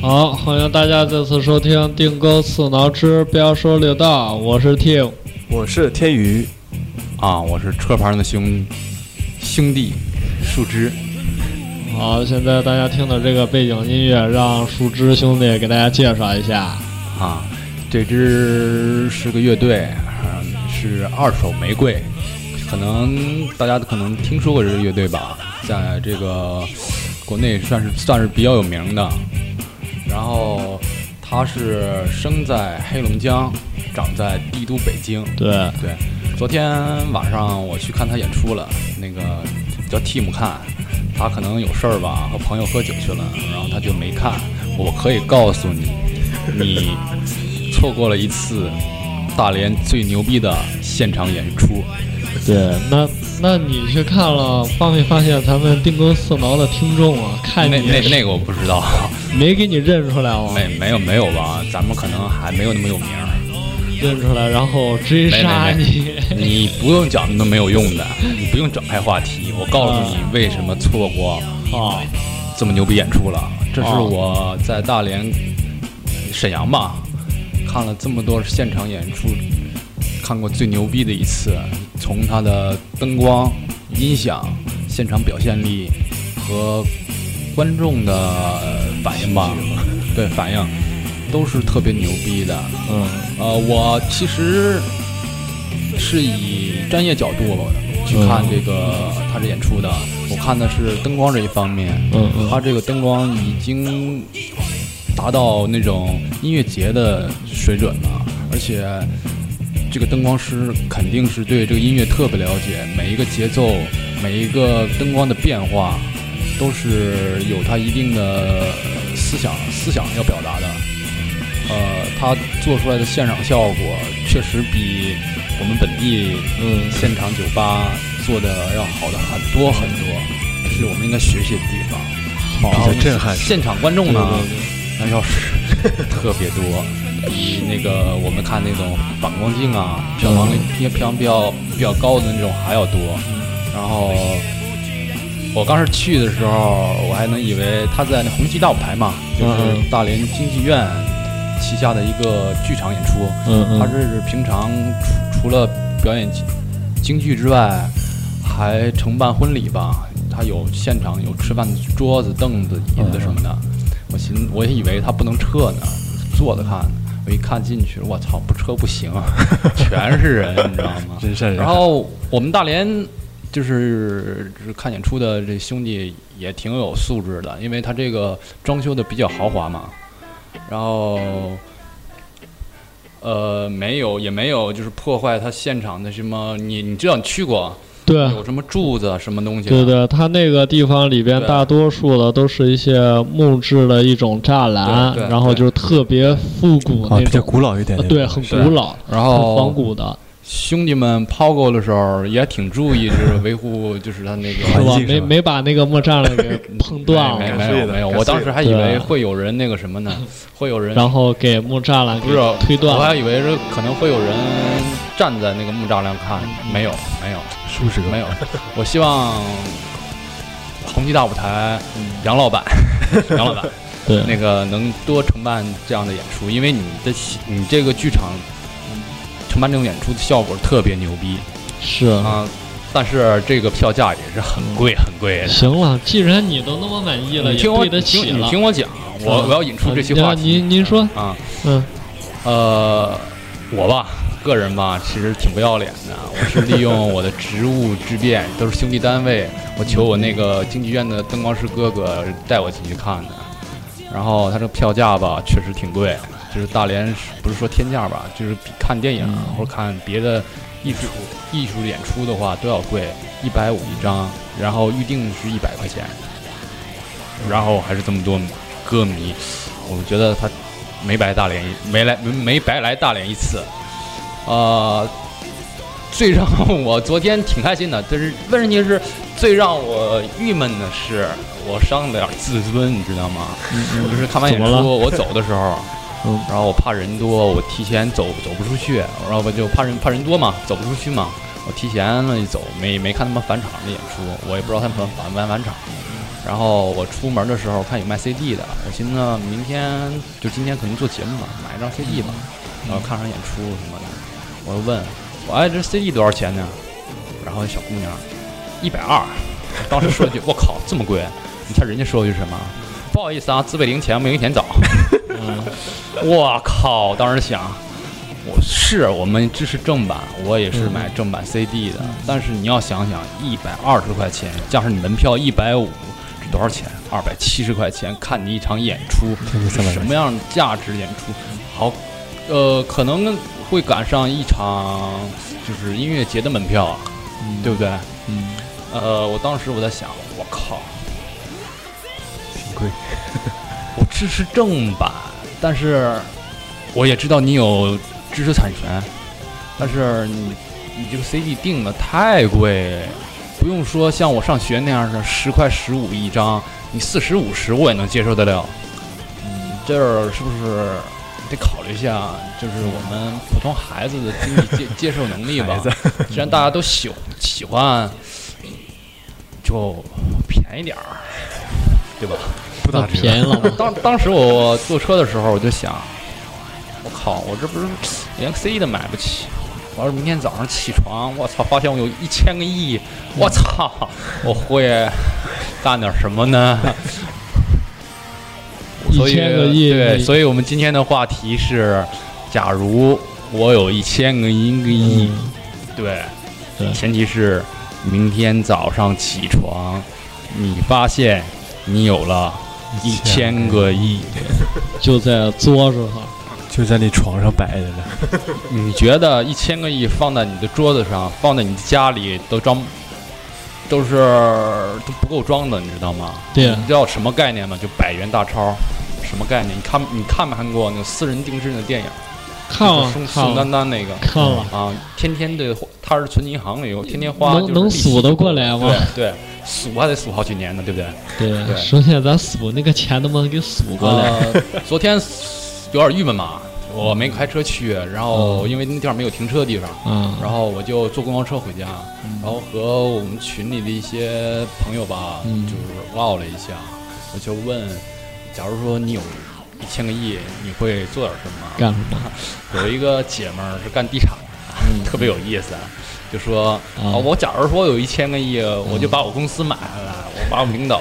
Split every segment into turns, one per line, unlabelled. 好，欢迎大家再次收听《定钩刺挠之标说六道》，我是 Tim。
我是天宇，
啊，我是车牌上的兄兄弟树枝，
好，现在大家听的这个背景音乐，让树枝兄弟给大家介绍一下。
啊，这支是个乐队，啊、是二手玫瑰，可能大家可能听说过这支乐队吧，在这个国内算是算是比较有名的。然后他是生在黑龙江，长在帝都北京。
对，
对，昨天晚上我去看他演出了，那个叫 Team 看，他可能有事儿吧，和朋友喝酒去了，然后他就没看。我可以告诉你， 你错过了一次大连最牛逼的现场演出。
对，那那你去看了，发没发现咱们定钩刺挠的听众啊，看
那
你
那那个我不知道，
没给你认出来哦，
没没有没有吧？咱们可能还没有那么有名儿。
认出来，然后追
没
杀
没
你。
没，你不用讲都没有用的，你不用展开话题。我告诉你为什么错过。
哦，
这么牛逼演出了。这是
哦
我在大连、沈阳吧，看了这么多现场演出，看过最牛逼的一次。从它的灯光、音响、现场表现力和观众的反应吧，对反应都是特别牛逼的。
嗯，
呃，我其实是以专业角度去看这个他这演出的，我看的是灯光这一方面。
嗯嗯
他这个灯光已经达到那种音乐节的水准了，而且这个灯光师肯定是对这个音乐特别了解，每一个节奏、每一个灯光的变化，都是有他一定的思想思想要表达的。呃，他做出来的现场效果确实比我们本地
嗯
现场酒吧做的要好的很多很多，也是我们应该学习的地方。
比较震撼
哦现场观众呢
对对对，
那要是特别多，比那个我们看那种反光镜啊，票房率比票房比较比较高的那种还要多。然后我当时去的时候，我还能以为他在那红旗大舞台嘛，就是
嗯
大连京剧院旗下的一个剧场演出。
嗯嗯，
他这是平常除除了表演京京剧之外，还承办婚礼吧？他有现场有吃饭的桌子、凳子、椅子什么的。我寻我也以为他不能撤呢，坐着看。我一看进去，我操，不撤不行，啊 全是人，你知道吗？
真善人
然。后我们大连就是就是看演出的这兄弟也挺有素质的，因为他这个装修的比较豪华嘛，然后呃没有也没有就是破坏他现场的什么，你你知道你去过
对
有什么柱子什么东西？
嗯对对，它那个地方里边
对
大多数的都是一些木质的一种栅栏
对，对
然后就是特别复古
啊，
那
比较
种，
古老一点
呃
点。
对，很
是
古老，
然
很仿
后
古的，
兄弟们抛钩的时候也挺注意，就是维护就是他那个
是
环
吧？
境是
没
吧
没把那个木栅栏给碰断
没
了，
没
感谢
有
的
没有，
感
我
谢
当
的
时还以为
对
会有人那个什么呢，会有人
然后给木栅栏
不是
给推断
我还
了。
以为是可能会有人站在那个木栅栏看，
嗯
没有，没有，
数十个
没有。我希望红旗大舞台杨老 板，杨老板
对，
那个能多承办这样的演出，因为你的你这个剧场
嗯
承办这种演出的效果特别牛逼
是。
啊、但是这个票价也是很贵很贵的。
行了，既然你都那么满意了，
你
也
听我
嗯对得
你
起
听
了。
你听我讲，我
嗯
我要引出这些
呃
话题
您您说，
啊。
嗯，
呃，我吧，个人吧，其实挺不要脸的。我是利用我的职务之便， 都是兄弟单位，我求我那个京剧院的灯光师哥哥带我进去看的。然后他这个票价吧，确实挺贵，就是大连是不是说天价吧，就是比看电影啊或者看别的艺术艺术演出的话都要贵，一百五一张，然后预定是一百块钱，然后还是这么多歌迷，我觉得他没白大连一，没来没没白来大连一次。呃，最让我昨天挺开心的，但是问题是最让我郁闷的是，我伤了点自尊，你知道吗？就是看完演
怎么了
出我走的时候，啊
嗯
然后我怕人多，我提前走走不出去，然后我就怕人怕人多嘛，走不出去嘛，我提前了一走，没没看他们返场的演出，我也不知道他们返返返返场。然后我出门的时候看有卖 CD 的，我寻思明天就今天可能做节目嘛，买一张 CD 吧，
嗯
然后看场演出什么的。我就问，我哎这 CD 多少钱呢？然后小姑娘一百二，我当时说一句我靠这么贵，你看人家说一句什么？不好意思啊，自备零钱没零钱找。
嗯，
我靠！我当时想，我是我们支持正版，我也是买正版 CD 的，但是你要想想，一百二十块钱加上你门票一百五，这多少钱？二百七十块钱看你一场演出，
天三百
什么样的价值演出？好，呃，可能会赶上一场就是音乐节的门票，啊对不对？
嗯，
呃，我当时我在想，我靠，
挺贵，
我支持正版，但是我也知道你有知识产权，但是你你这个 CD 定的太贵，不用说像我上学那样的十块十五一张，你四十五十我也能接受得了。嗯，这儿是不是得考虑一下，就是我们普通孩子的经济接接受能力吧
孩子？
既然大家都喜喜欢，就便宜点儿，对吧？
不
那
打折
便宜了吗？
当当时我坐车的时候，我就想，我靠，我这不是连 C 都买不起。我要是明天早上起床，我操，发现我有一千个亿，我操， 我会干点什么呢？所以
一千个亿
对，
你
所以我们今天的话题是：假如我有一千个一个亿，
嗯
对，
对
前提是明天早上起床，你发现你有了一千个亿，
就在桌子上，
就在那床上摆着呢，
你觉得一千个亿放在你的桌子上，放在你家里都装，都是都不够装的，你知道吗？
对
你知道什么概念吗？就百元大钞，什么概念？你看你看没看过那个私人定制的电影？
看
就
了
宋
看
宋
了
丹丹那个。
看了，
啊，天天的，他是存银行里，天天花，
能
就是
能
利息
数得
就够
过来
了
吗
对对，数还得数好几年呢，对不对？
对，
对
首先咱数那个钱能不能给数过来？
呃， 昨天有点郁闷嘛，我没开车去，然
嗯
后因为那地方没有停车的地方，
啊，
然后我就坐公交车回家，
嗯
然后和我们群里的一些朋友吧，
嗯
就是唠了一下，我就问，假如说你有一千个亿，你会做点什么？
干什么？
有一个姐们儿是干地产的，特别有意思。就说
嗯啊
啊，我假如说有一千个亿，我就把我公司买下来，我把我们领导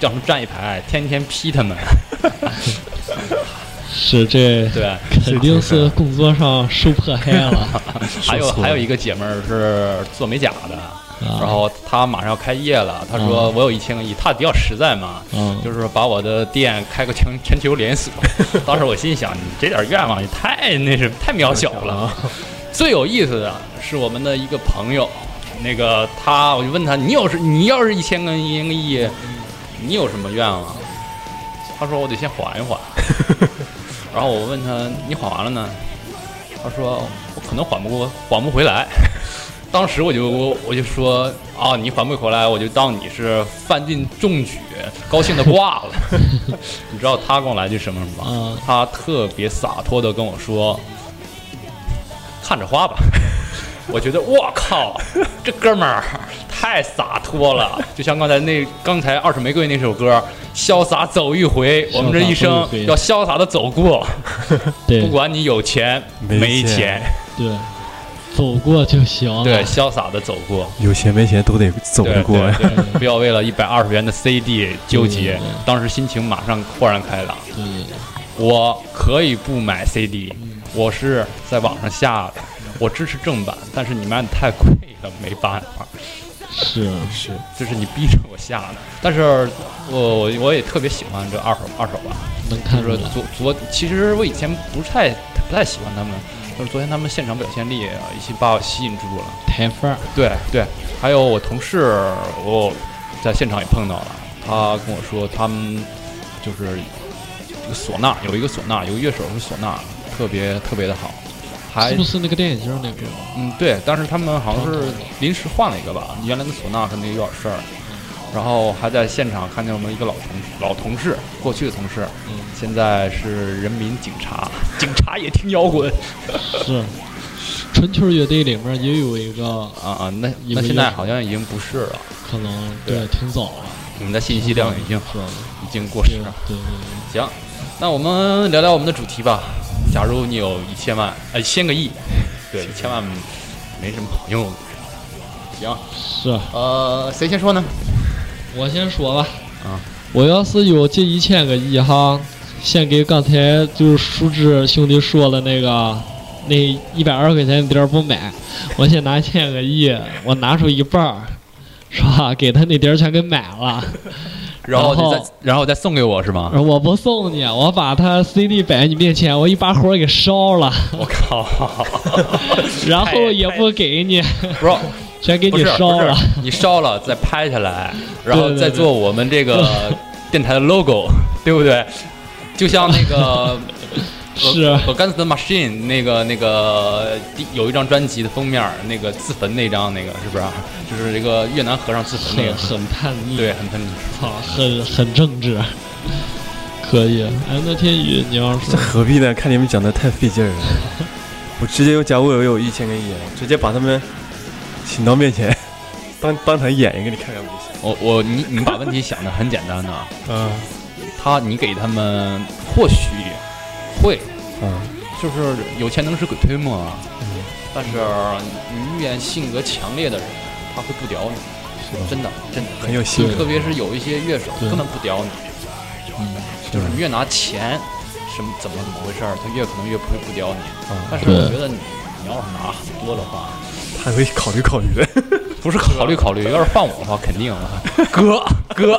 叫他们站一排，天天批他们。
是这
对，
肯定是工作上受迫害了
还有
说错
还有
了啊
一个姐妹儿是做美甲的， 然后她马上要开业了，她
啊
说我有一千个亿，她比较实在嘛，
啊，
嗯
就是把我的店开个全全球连 锁。当时我心想，你这点愿望也太那是太渺小
啊
了。最有意思的是我们的一个朋友，那个他，我就问他，你有是你要是一千个一个亿，你有什么愿望？他说我得先缓一缓。然后我问他，你缓完了呢？他说我可能缓不过，缓不回来。 当时我就我我就说啊，你缓不回来，我就当你是犯进中举，高兴的挂了。 你知道他跟我来句什么吗？
嗯
他特别洒脱的跟我说：“看着花吧。” 我觉得我靠，这哥们儿太洒脱了， 就像刚才那刚才《二手玫瑰》那首歌，潇洒走一回，我们这一
潇洒
生
走一回
要潇洒的走过，
对
不管你有钱
没
没
钱
钱，
对，走过就行了。
对，潇洒的走过。
有钱没钱都得走
对
着过 呀。
对 对不要为了一百二十元的 CD 纠
对
结
对对。
当时心情马上豁然开朗，
对对对
我可以不买 CD，我是在网上下的，我支持正版，但是你卖的太贵了，没办法，
是
是，
这是你逼着我下的。但是我我我也特别喜欢这二手二手吧，
能
就
看出
是
来。
昨昨其实我以前不是太不太喜欢他们，但是昨天他们现场表现力啊已经把我吸引住了。
台范儿，
对对，还有我同事，我在现场也碰到了，他跟我说他们就是这个唢呐，有一个唢呐，有个乐手是唢呐，特别特别的好，还
是不是那个电影那个？
嗯对，但是他们好像是临时换了一个吧，原来的唢呐可能有点事儿，然后还在现场看见我们一个老同老同事，过去的同事，
嗯，
现在是人民警察，警察也听摇滚
是。春秋乐队里面也有一个，
啊啊，那
一
那
个
现
乐
在
手
好像已经不是了，
可能
对
对，挺早了。
我们的信息量已经
是吧
已经过
对
时
对
了。
对
行，那我们聊聊我们的主题吧。假如你有一千万，呃，一千个亿，对，一千万没什么好用。行，
是
呃，谁先说呢？
我先说吧。
啊，
我要是有这一千个亿哈，献给刚才就是叔侄兄弟说的那个那一百二块钱点儿不买，我先拿一千个亿，我拿出一半儿，是吧？给他那点儿全给买
啊
了，
然后
然后
你再然后再送给我是吗？
我不送你，我把他 CD 摆在你面前，我一把火给烧了，
我靠！
然后也
太
不给你，
不是
全给
哎不
你
是
烧了
不。是你烧了再拍下来，然后
对对
再
对
做我们这个 电台的 logo，对不对？就像那个
是
啊
《Guns n Machine》那个那个第有一张专辑的封面，那个自焚那张，那个是不是啊？ 就是这个越南和尚自焚那
很
个，
很叛逆，
对，很很啊
操，很很正直，可以。哎，那天宇，你要
这
说
何必呢？看你们讲的太费劲儿了。我直接有，假如我有一千个亿，直接把他们请到面前，当当场演一个，你看看不就行？
我我你你把问题想的很简单的，
嗯
他你给他们或许会
嗯，
就是有钱能使鬼推磨啊， 但是你遇见性格强烈的人，他会不屌你，
是吧？
真的真的
很有性
对
特
格，
别是有一些乐手
对
根本不屌你，
是
就是
吧
你越拿钱，什么怎么怎么回事儿，他越可能越不会不屌你。但
啊，
是我
对
觉得你你要是拿很多的话，
他会考虑考虑的。
不是考虑考虑，要是换我的话，肯定啊， 哥哥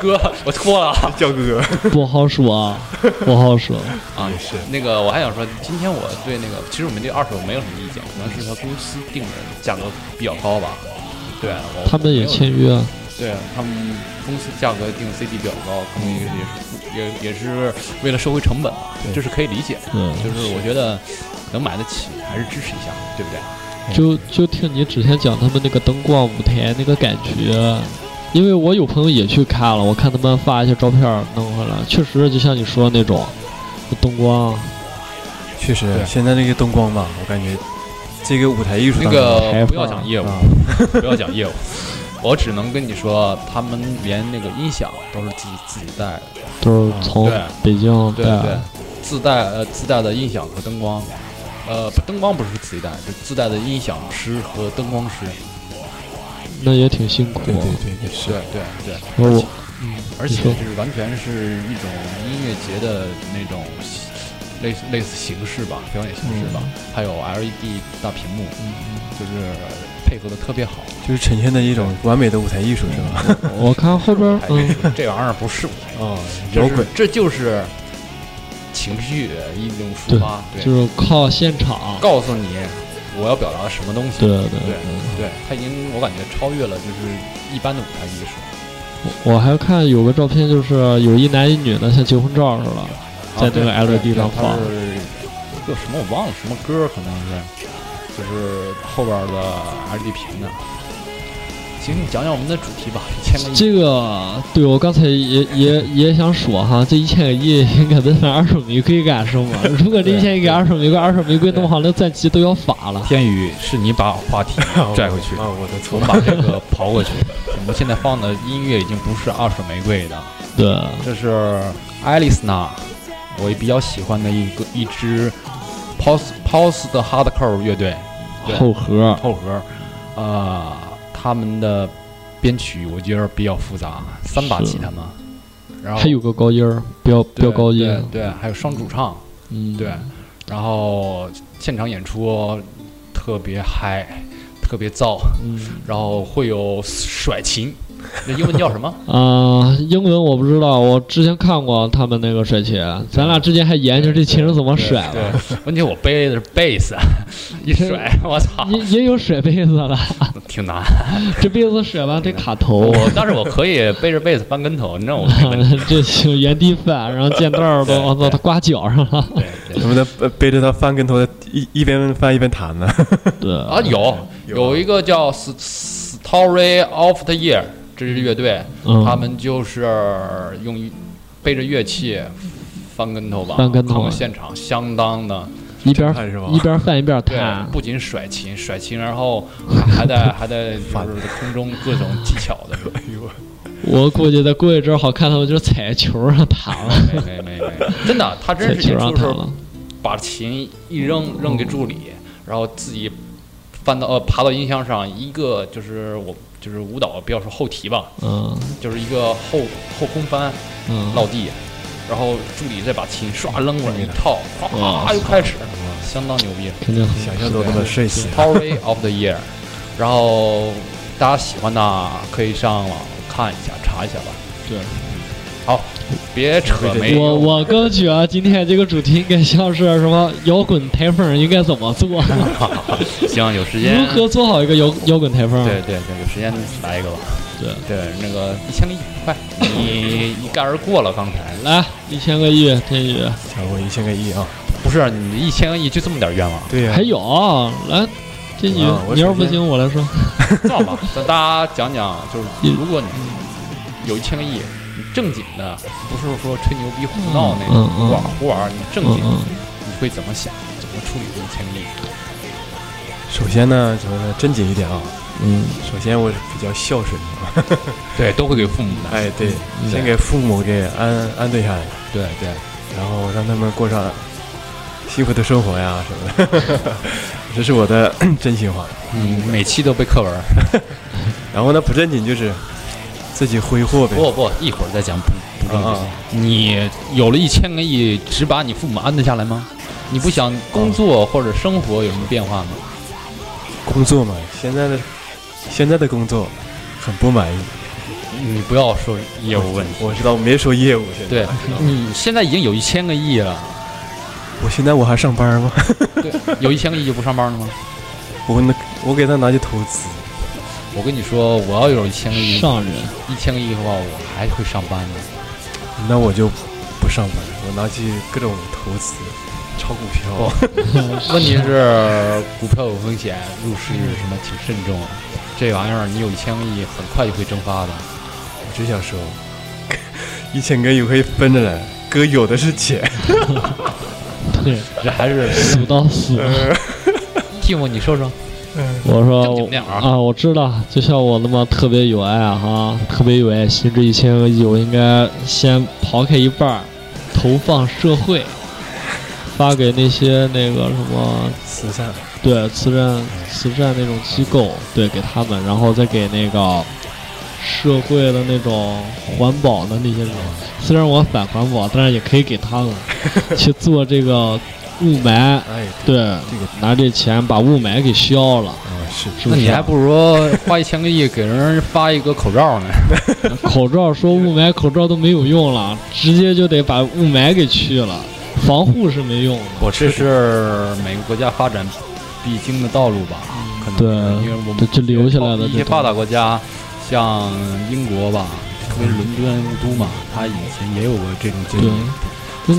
哥，我错了啊
叫哥哥，
不好说，啊不好说。
啊
也是
那个我还想说，今天我对那个其实我们这二手没有什么意见，可能是他公司定的价格比较高吧。对，啊我
他们也
没有
签约，啊
对他们公司价格定 CD 比较高，可能也是也也是为了收回成本吧，
对
这是可以理解的。
嗯，
就是我觉得能买得起，还是支持一下，对不对？
就就听你之前讲他们那个灯光舞台那个感觉，因为我有朋友也去看了，我看他们发一些照片儿弄回来，确实就像你说的那种灯光，
确实
对，
现在那个灯光吧，我感觉这个舞台艺术
那
当中
个
开
呃不要
放
讲业务，
啊，
不要讲业务，我只能跟你说，他们连那个音响都是自己自己带的，
都是从
对
北京啊
对
带
对，自带呃自带的音响和灯光，呃不灯光不是自己带，是自带的音响师和灯光师。
那也挺辛苦啊
对。对对，也是
对。对对，
然后我
而
哦嗯你
且
说
就是完全是一种音乐节的那种类似类似形式吧，表演形
嗯
式吧，还有 LED 大屏幕，就是配合的特别好。
就是呈现的一种完美的舞台艺术，是吧？
我看后边儿，
哎
嗯，
这玩意儿 不是舞台剧，
哦，
这
摇
是
滚，
这就是情绪的一种抒
对
发。对，
就是靠现场，
告诉你我要表达什么东西。
对对
对
对。
对，他已经我感觉超越了就是一般的舞台艺术，
我还看有个照片，就是有一男一女的，像结婚照似的，在那个
啊对
LED 上
对
放
它是叫什么我忘了什么歌，可能是就是后边的 LED 屏的。行，你讲讲我们的主题吧，一千个亿。
这个对我刚才也也也想说哈，这一千个亿应该分二手玫瑰干 什么？如果这一千个二手玫瑰，二手玫瑰弄好了，咱集都要发了。
天宇，是你把话题 拽回去
啊，我的
我
错
们。把这个刨过去。我们现在放的音乐已经不是二手玫瑰的，
对，
这是艾丽丝娜，我比较喜欢的一个一支 post post hardcore 乐队对
后核
后核，呃，他们的编曲我觉得比较复杂，三把
是
吉他嘛，然后
还有个高音儿，飙
对
飙高音，
对对，还有双主唱，
嗯，
对，然后现场演出哦特别嗨，特别燥，
嗯
然后会有甩琴，那英文叫什么？
啊、英文我不知道，我之前看过他们那个甩琴，咱俩之前还研究这琴是怎么 甩的，
对，问题我背的是贝 斯，啊一甩，我操，
也也有甩被子了，
挺难。
这被子甩完得卡头。
我但是我可以背着贝斯翻跟头，你知道我 没问题。
这行原地翻，然后见道儿都
对
我操，他刮脚上了。
对对
他们在呃背着他翻跟头的，一一边翻一边弹呢。
对
啊，有
嗯
有
有一个叫 S- Story of the Year 这支乐队，
嗯
他们就是用一背着乐器翻跟头吧，
翻跟头啊
看过现场相当的
一边
看是吧？
一边翻一边
对
弹，，
不仅甩琴，甩琴，然后 还还在还 在就是在空中各种技巧的，
哎我估计在过一阵儿好看，他们就是踩球上弹了，
没没没没，真的，他真
踩
是演
球上
出的
弹
时候
了。
把琴一扔扔给助理，然后自己翻到呃爬到音箱上，一个就是我就是舞蹈，不要说后提吧，
嗯
就是一个后后空翻
嗯，
落地，然后助理再把琴唰扔过来一
嗯
套，
哇
哗又开始，相当牛逼
肯定很
想象都他妈帅
嗯
气。
，Story of the Year，然后大家喜欢的可以上网看一下查一下吧，
对。
好，别扯没
我
用
我更觉得今天这个主题应该像是什么摇滚台风应该怎么做，
行，有时间
如何做好一个摇摇滚台风？
对对对，有时间来一个吧。
对，
对，那个一千个亿，快，你一概而过了。刚才
来一千个亿，天宇
想问一千个亿啊！？
不是你一千个亿就这么点愿望
对呀
还有来。天宇
啊，我
你要是
首
不
先
行，我来说。
这样吧，跟大家讲讲，就是如果你有一千个亿，你正经的，不是说吹牛逼胡闹那种
嗯嗯
胡玩胡玩，啊你正
嗯
经，
嗯，
你会怎么想？怎么处理这一千个亿？
首先呢，怎么说呢，正经一点啊。
嗯，
首先我是比较孝顺的，
对，都会给父母的。
哎，对，
嗯
先给父母给安安顿下来，
对对，
然后让他们过上幸福的生活呀什么 的，这是我的 真心话。
嗯，每期都背课文。
然后呢，不正经就是自己挥霍呗。
不不，一会儿再讲不不正
啊
经。你有了一千个亿，只把你父母安顿下来吗？你不想工作或者生活有什么变化吗？
工作嘛，现在的现在的工作很不满意。
你嗯不要说业务问题。
我知道，我没说业务现在。
对，你现在已经有一千个亿了，
我现在我还上班吗？
对，有一千个亿就不上班了吗？
我那我给他拿去投资，
我跟你说，我要有一千个亿，
上人，
一千个亿的话，我还会上班呢。
那我就不上班，我拿去各种投资，炒股票。
问题是股票有风险，入市什么请慎重。这玩意儿你有一千个亿，很快就会蒸发的。
我只想说， 一千个亿可以分着来，哥有的是钱。
对，
这还是
数到死。
Tim，你说说，
我
正
说
经点儿啊。
啊，我知道，就像我那么特别有爱啊哈，特别有爱，心之一千个亿，我应该先刨开一半儿，投放社会，发给那些那个什么，
慈善，
对，慈善慈善那种机构，对，给他们，然后再给那个社会的那种环保的那些人，虽然我反环保，但是也可以给他们去做这个雾霾，
哎，
对，
这个
拿这钱把雾霾给消了。
啊是
是不
那
是
你还不如说花一千个亿给人发一个口罩呢。
口罩说雾霾口罩都没有用了，直接就得把雾霾给去了，防护是没用的。
我这是每个国家发展必经的道路吧，可能
对
是因为我们
这这留下来的
一
这
些
种嗯
发达国家，像英国吧，特别是伦敦、雾都嘛，它以前也有过这种经
对
历。，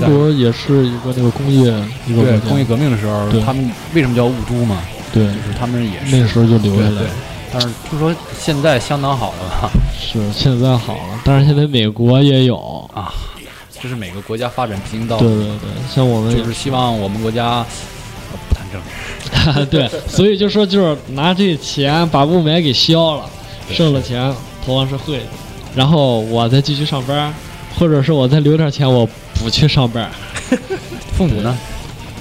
中国也是一个那个工业一个
对
国
工业
家，
革命的时候
对，
他们为什么叫雾都嘛？
对，
就是他们也
那
是，
时候就留
对
下来
对
了。。
但是听说现在相当好了吧？
是现在好了，但是现在美国也有，
啊，这是每个国家发展必经道
对
路，
对对，像我们也
就是希望我们国家呃不谈政治。
对，所以就说就是拿这钱把雾霾给消了，剩了钱投往社会，然后我再继续上班，或者是我再留点钱我不去上班。
父母呢？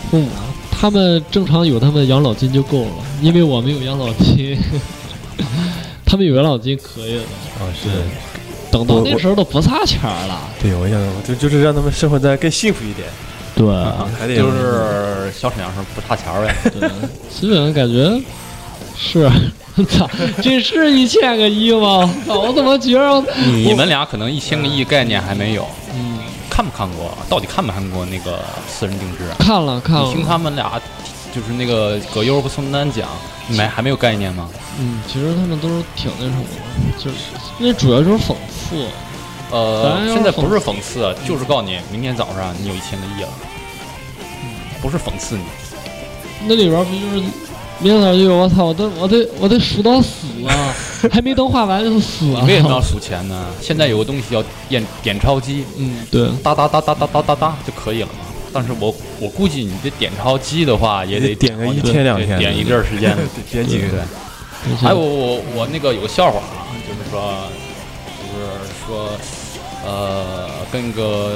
父母啊，他们正常有他们的养老金就够了，因为我没有养老金， 他们有养老金可以了。
啊是的，
等到
我
那
我
时候都不差钱儿了。
对我想我就就是让他们生活在更幸福一点，
对，
还得
就是小沈阳说不差钱儿呗。
对，基本上感觉是， 操，这是一千个亿吗？操，我怎么觉着，
你们俩可能一千个亿概念还没有，
嗯，
看没看过？到底看没看过那个私人定制啊？
看了看
你听
了，
他们俩就是那个葛优和宋丹讲，你们还没有概念吗？
嗯，其实他们都是挺那什么的，就是因为主要就是讽刺，咱
呃
要，是
现在不是讽刺，啊就是告诉你，明天早上你有一千个亿了，不是讽刺你。
那里边儿不就是明早就有我操，我得我得我得数到死 啊，还没等画完就死啊了。
你为什么要数钱呢？现在有个东西叫点点钞机，
嗯，对，
哒哒哒哒哒哒哒哒就可以了嘛，但是我我估计你这点钞机的话，也得
得点个
好几
一
顿
天两
对
天
点
的
一阵儿时 间。
点几个
对
人，，
还有哎我我那个有个笑话啊，就是说，就是说，呃，跟个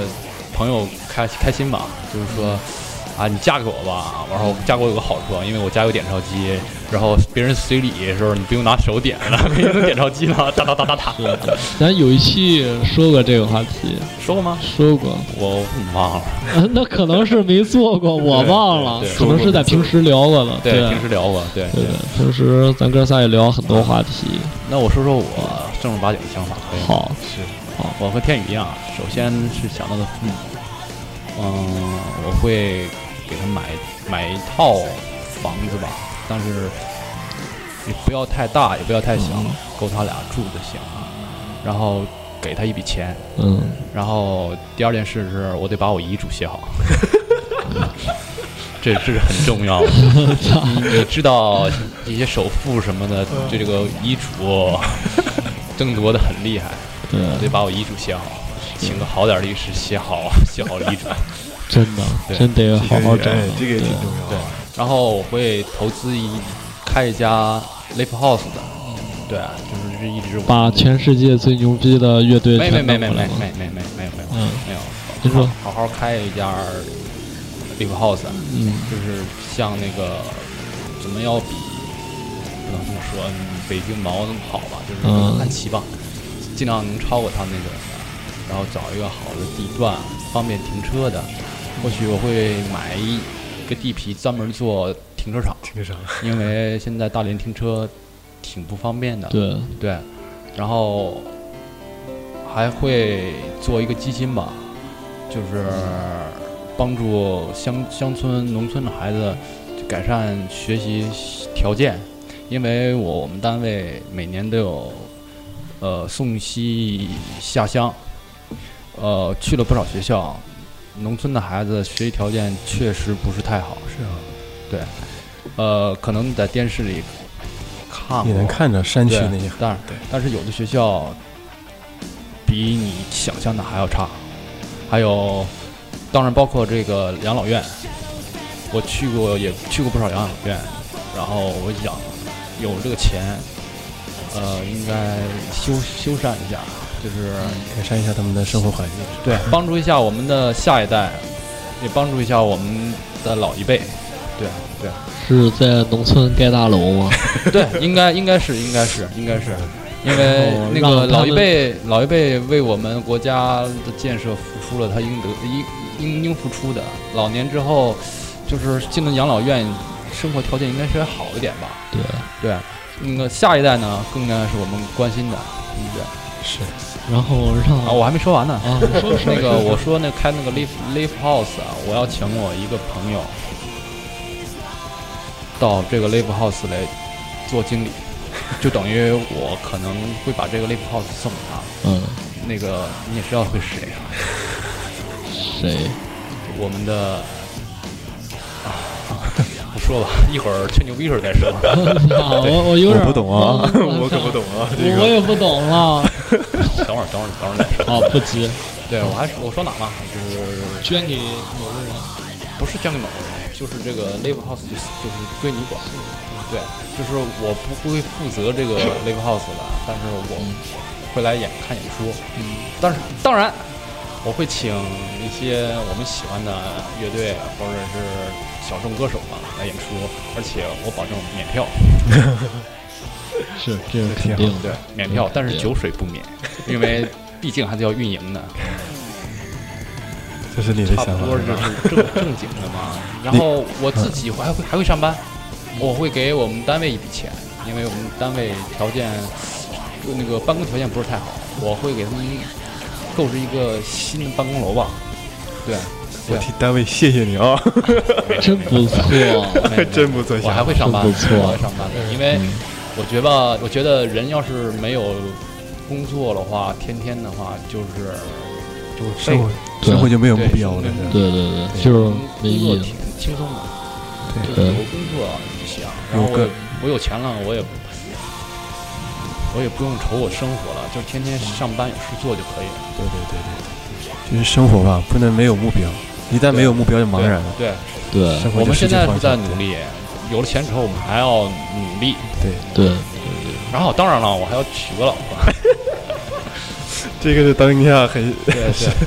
朋友开开心吧，就是说。啊，你嫁给我吧！然后嫁给我有个好处，啊，因为我家有点钞机，然后别人随礼的时候你不用拿手点了， 可以用点钞机呢，哒哒哒哒哒。
咱有一期说过这个话题，
说过吗？
说过，
我忘了。
啊那可能是没做过，我忘了
对，对
可能是在平时聊过了。
对，
对，
平时聊过。对，
对对，平时咱哥仨也聊很多话题。
那我说说我正儿八经的想法。
好，
是
我和天宇一样，首先是想到的父母，嗯，我会给他买买一套房子吧，但是也不要太大，也不要太小，
嗯
够他俩住就行了。然后给他一笔钱，
嗯，
然后第二件事是我得把我遗嘱写好， 这这是很重要的。你你知道一些首富什么的，对这个遗嘱哦 争夺的很厉害，
对，
我得把我遗嘱写好，请个好点儿律师写好写好遗嘱。
真的，
对
真得好好整
哎
整。
这个也挺
对
重要啊
对
的。，
然后我会投资一开一家 live house 的，对，啊就是这一直我
把全世界最牛逼的乐队
没没
全
没
弄
没
过
没
来
没
吗？
没没没没有没有
嗯
没有，
您说
好好好开一家 live house，啊
嗯，
就是像那个怎么要比不能这么说，嗯北京毛那么好吧，就是
嗯
安琪吧，尽量能超过他那个，然后找一个好的地段，方便停车的。或许我会买一个地皮专门做停车场，
听啥？
因为现在大连停车挺不方便的。
对，
对，然后还会做一个基金吧，就是帮助乡乡村农村的孩子改善学习条件，因为我们单位每年都有呃送西下乡，呃去了不少学校，农村的孩子学习条件确实不是太好，
是啊，
呃可能在电视里看
你
过
能。看着山区
对，
那些
当然
对，
但是有的学校比你想象的还要差，还有，当然包括这个养老院，我去过也去过不少养老院，然后我想有这个钱，呃，应该修修缮一下，就是
改善一下他们的生活环境。
对帮助一下我们的下一代，也帮助一下我们的老一辈，对对。
是在农村盖大楼吗？
对，应该应该是应该是应该是，因为
然后
那
让他
个
们
老一辈老一辈为我们国家的建设付出了他应得应应应付出的。老年之后，就是进了养老院，生活条件应该稍微好一点吧。
对，
对，那个下一代呢，更应该是我们关心的。对，
是，
然后让
啊，我还没说完呢。
啊，你 说
那个我说那开那个 live live house 啊，我要请我一个朋友到这个 live house 来做经理，就等于我可能会把这个 live house 送给他。
嗯，
那个你也知道会是谁啊？
谁？
我们的啊，不说吧，一会儿吹牛逼时候再说。
啊我我有点
我不懂啊， 我
我
可不懂啊，这
我
个
也不懂 了。
等会儿，等会儿，等会儿再说。
啊，不急，
对我还说我说哪了？就是
捐给某个人。
不是江里某人，就是这个 live house 就是就是归你管。对，就是我不会负责 这个 live house 的，但是我会来演看演出。嗯，但是当然我会请一些我们喜欢的乐队或者是小众歌手吧来演出，而且我保证免票。
是，这是肯定的。
嗯对，免票，但是酒水不免，因为毕竟还是要运营的。
这是你的
差
想
不多就
法。
是正正经的嘛。然后我自己还会还会上班，我会给我们单位一笔钱，因为我们单位条件就那个办公条件不是太好，我会给他们购置一个新的办公楼吧。对，
我替单位谢谢你啊，
真不 错，
没有
真不错
我还会上班，
真不错
我还会上班的，因为我觉得，我觉得人要是没有工作的话，天天的话就是就是
生活
对
生活就没有目
对
标了
对，
是吧
对对对，
嗯
就是没
工作
意
挺
思。
轻松的。就
对
是有工作就行，然后
有个
我我有钱了，我也我也不用愁我生活了，就是天天上班有事做就可以了。
对对对对，就是生活吧，不能没有目标，一旦没有目标就茫然了。
对，
对
生活
我
就
们
失
现
去
在
方
是
向
在努力，有了钱之后我们还要努力。
对，
对，
然后当然了，我还要娶个老 婆。
这个是当下很
对啊对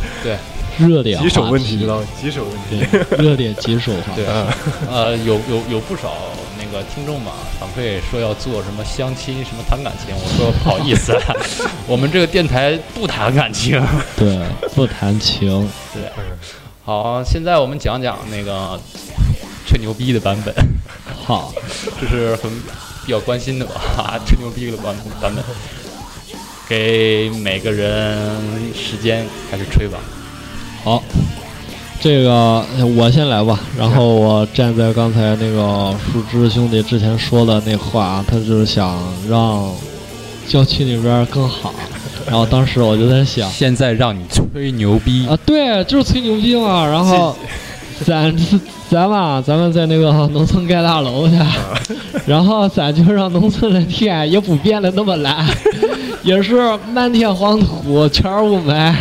对
热点
棘手
话
问
题
题，知道吗？棘手问题。
对，热点棘手话
对，
嗯
呃，有有有不少那个听众嘛反馈说要做什么相亲、什么谈感情，我说不好意思， 我们这个电台不谈感情。
对，不谈情，
好，现在我们讲讲那个吹牛逼的版本，
好，
这是很比较关心的吧？ 吹牛逼的版版本，给每个人时间开始吹吧。
好，这个呃我先来吧。然后我站在刚才那个树枝兄弟之前说的那话，他就是想让郊区那边更好。然后当时我就在想
现在让你吹牛逼，
啊，对，就是吹牛逼嘛。然后 咱咱吧，咱们在那个农村盖大楼去， 然后咱就让农村的天也不变得那么蓝， 也是漫天黄土，全是雾霾。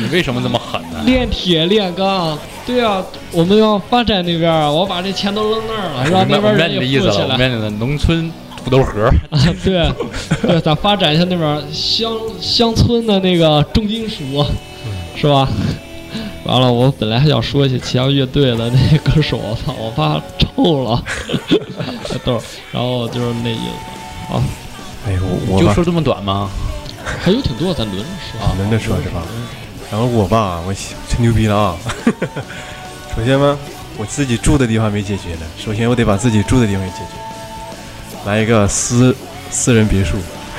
你为什么这么狠 呢？
炼铁炼钢，对啊，我们要发展那边儿，我把这钱都扔那儿了，
我
让
明
那
白
边
我明白
人
你的
也
意思
富起
了，我
来
明。白你的农村土豆 盒。
啊，对， 对，咱发展一下那边儿乡乡村的那个重金属，啊是吧？完了，我本来还想说一些其他乐队的那些歌手，我操，我怕臭了， 豆儿，然后就是那意思，
哎呦，我
就
吧，
说这么短吗？
还有挺多，咱轮着说啊。
轮着说是吧？
嗯
然后我吧，我喜吹牛逼了啊！ 首先呢，我自己住的地方没解决呢，首先我得把自己住的地方给解决。来一个私私人别墅，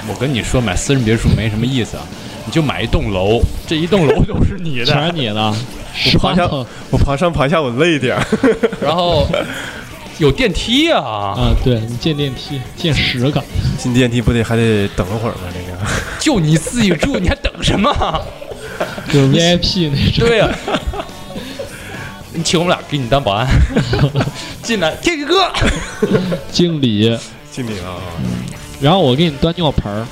我跟你说，买私人别墅没什么意思啊，你就买一栋楼，这一栋楼都是你
全是
的。
你的，十八
爬下
层
我爬上爬下我累点儿，
然 后有电梯啊，
啊！对你建电梯，建十 个，
进电梯不得还得等会儿吗？这个。
就你自己住，你还等什么？
就是 VIP 那种。
对呀、你请我们俩给你当保 安，进来天宇哥，
经理，
经理了啊！
然后我给你端尿盆儿，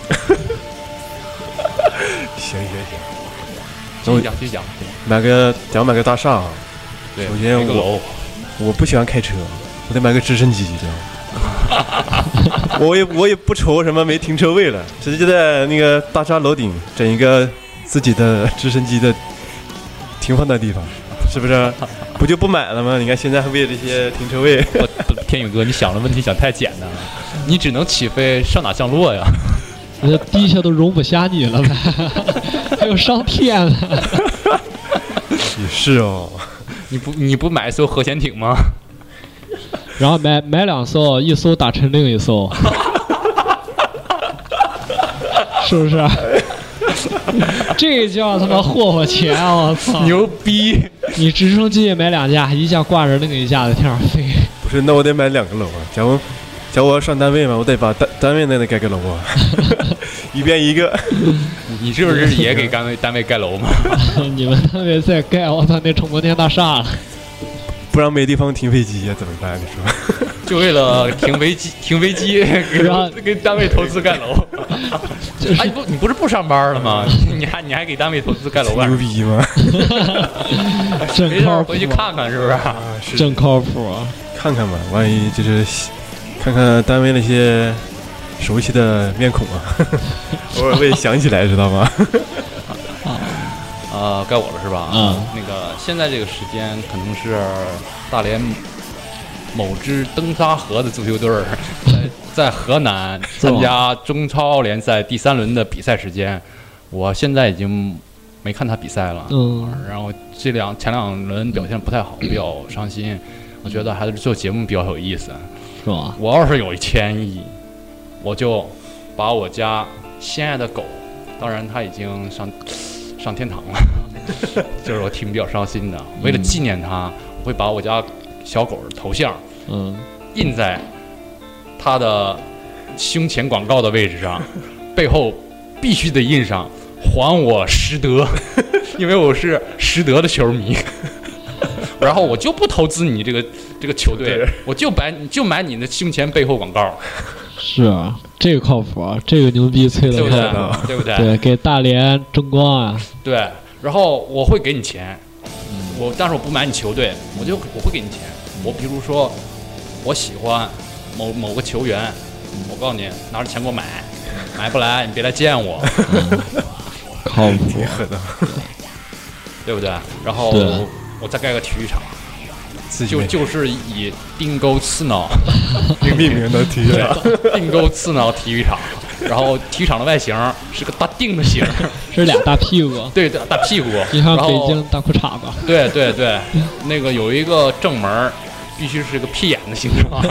行行行，
继续讲继续讲，
买个想买个大厦啊，
对，
首先
一个楼，
我不喜欢开车，我得买个直升机，知道 吗？我也我也不愁什么没停车位了，直接就在那个大厦楼顶整一个自己的直升机的停放的地方，是不 是？不就不买了吗？你看现在还为这些停车位，
不不天宇哥，你想的问题想太简单了，你只能起飞上哪降落呀？
那地下都容不下你 了呗，还有上天了。
也是哦，
你不你不买一艘核潜艇吗？
然后买买两艘，一艘打沉另一艘， 是不是？这叫他妈霍霍钱！我操！
牛逼！
你直升机也买两架，一架挂着另一架在天上 飞。
不是？那我得买两个楼啊，假如假如我要上单位嘛，我得把单单位那得盖个楼 啊，一边一个。
你是不是也给单 位单位盖楼吗？
你们单位再盖，我操，那成摩天大厦了。
不然没地方停飞机呀，怎么办？你说
就为了停飞 机，停飞机给
让
给单位投资盖 楼。
就是
哎，你不你不是不上班了吗？你还你还给单位投资盖 楼干
牛
什么？
逼吗？
真
没事
靠
儿
谱
回，去看看是不是？
啊，是
真靠谱啊。
看看吧，万一就是喜看看单位那些熟悉的面 孔啊，偶尔会想起来，知道吗？
啊，该我了是吧？
嗯，
那个现在这个时间可能是大连某支登沙河的足球队儿 在在河南
是吗
参加中超联赛第三轮的比赛时间，我现在已经没看他比赛了。
嗯，
然后这两前两轮表现不太好，比较伤心。我觉得还是做节目比较有意思。
是吧？
我要是有一千亿，我就把我家心爱的狗，当然它已经上上天堂了， 就是我挺比较伤心的。为了纪念它，我会把我家小狗的头像
嗯，
印在它的胸前广告的位置上，背后必须得印上“还我实德”，因为我是实德的球迷。然后我就不投资你这个这个球队
对，
我就买你就买你的胸前背后广告，
是啊这个靠谱啊，这个牛逼吹
对
的
不
靠
对
谱。？
对不对？
对，给大连争光啊！
对，然后我会给你钱，
嗯
我但是我不买你球队，我就我会给你钱。我比如说，我喜欢某某个球员，
嗯
我告诉你，拿着钱给我买，买不来你别来见我，
靠谱，
狠的，
对不对？然后
对
我我再盖个体育场，
自己
就
没
就是以订购刺挠，
这个命名的体育
对
场，，
订购刺挠体育场，然后体育场的外形是个大腚的形，
是俩大屁股，
对，大大屁股，
就像
然后
北京大裤衩子。
对对对，那个有一个正门儿，必须是个屁眼的形状。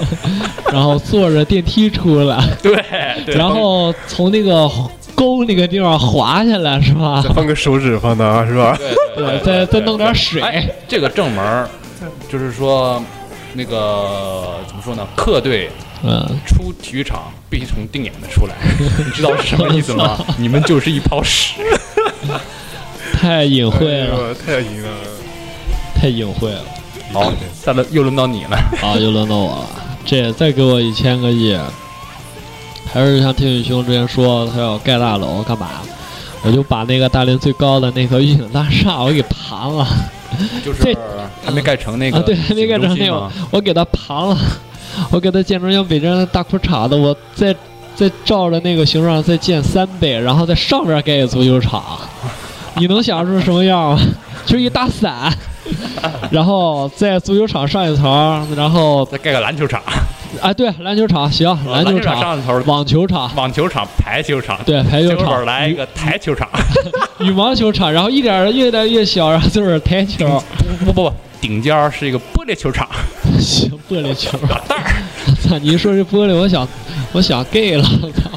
然后坐着电梯出来，
对对。
然后从那个沟那个地方滑下来，是吧
再？放个手指放那儿是吧？
对，
对
再再弄点水，
哎，这个正门儿，就是说那个怎么说呢？客队
嗯，
出体育场必须从定眼的 出来，你知道是什么意思吗？你们就是一泡屎。
太隐晦
哎
了，
呦，太赢了。，
太隐晦了。
好，哦再轮又轮到你了。
好，又轮到我了，这再给我一千个亿，还是像天宇兄之前说，他要盖大楼干嘛？我就把那个大连最高的那个御景大厦我给盘了，
就是还没盖成那个
啊对还没盖成那
景中
个
心嘛
我给它盘了， 我给它建成像北京的大裤衩子，我再再照着那个形状再建三倍，然后在上边盖个足球场，你能想出什么样吗？ 就是一大伞，然后在足球场上一层，然后
再盖个篮球场，
啊对，篮球场
哦
行，篮球场、
上头，
网球场，
网球场、排球场，
对，排球
结果
场、嗯
来一个台球场，
羽毛球场，然后一点儿越来越小，然后就是台球、
不不不，顶尖儿是一个玻璃球场，
行玻璃球。
打蛋儿。
操！你一说这玻璃，我想，我想 gay 了，我 操！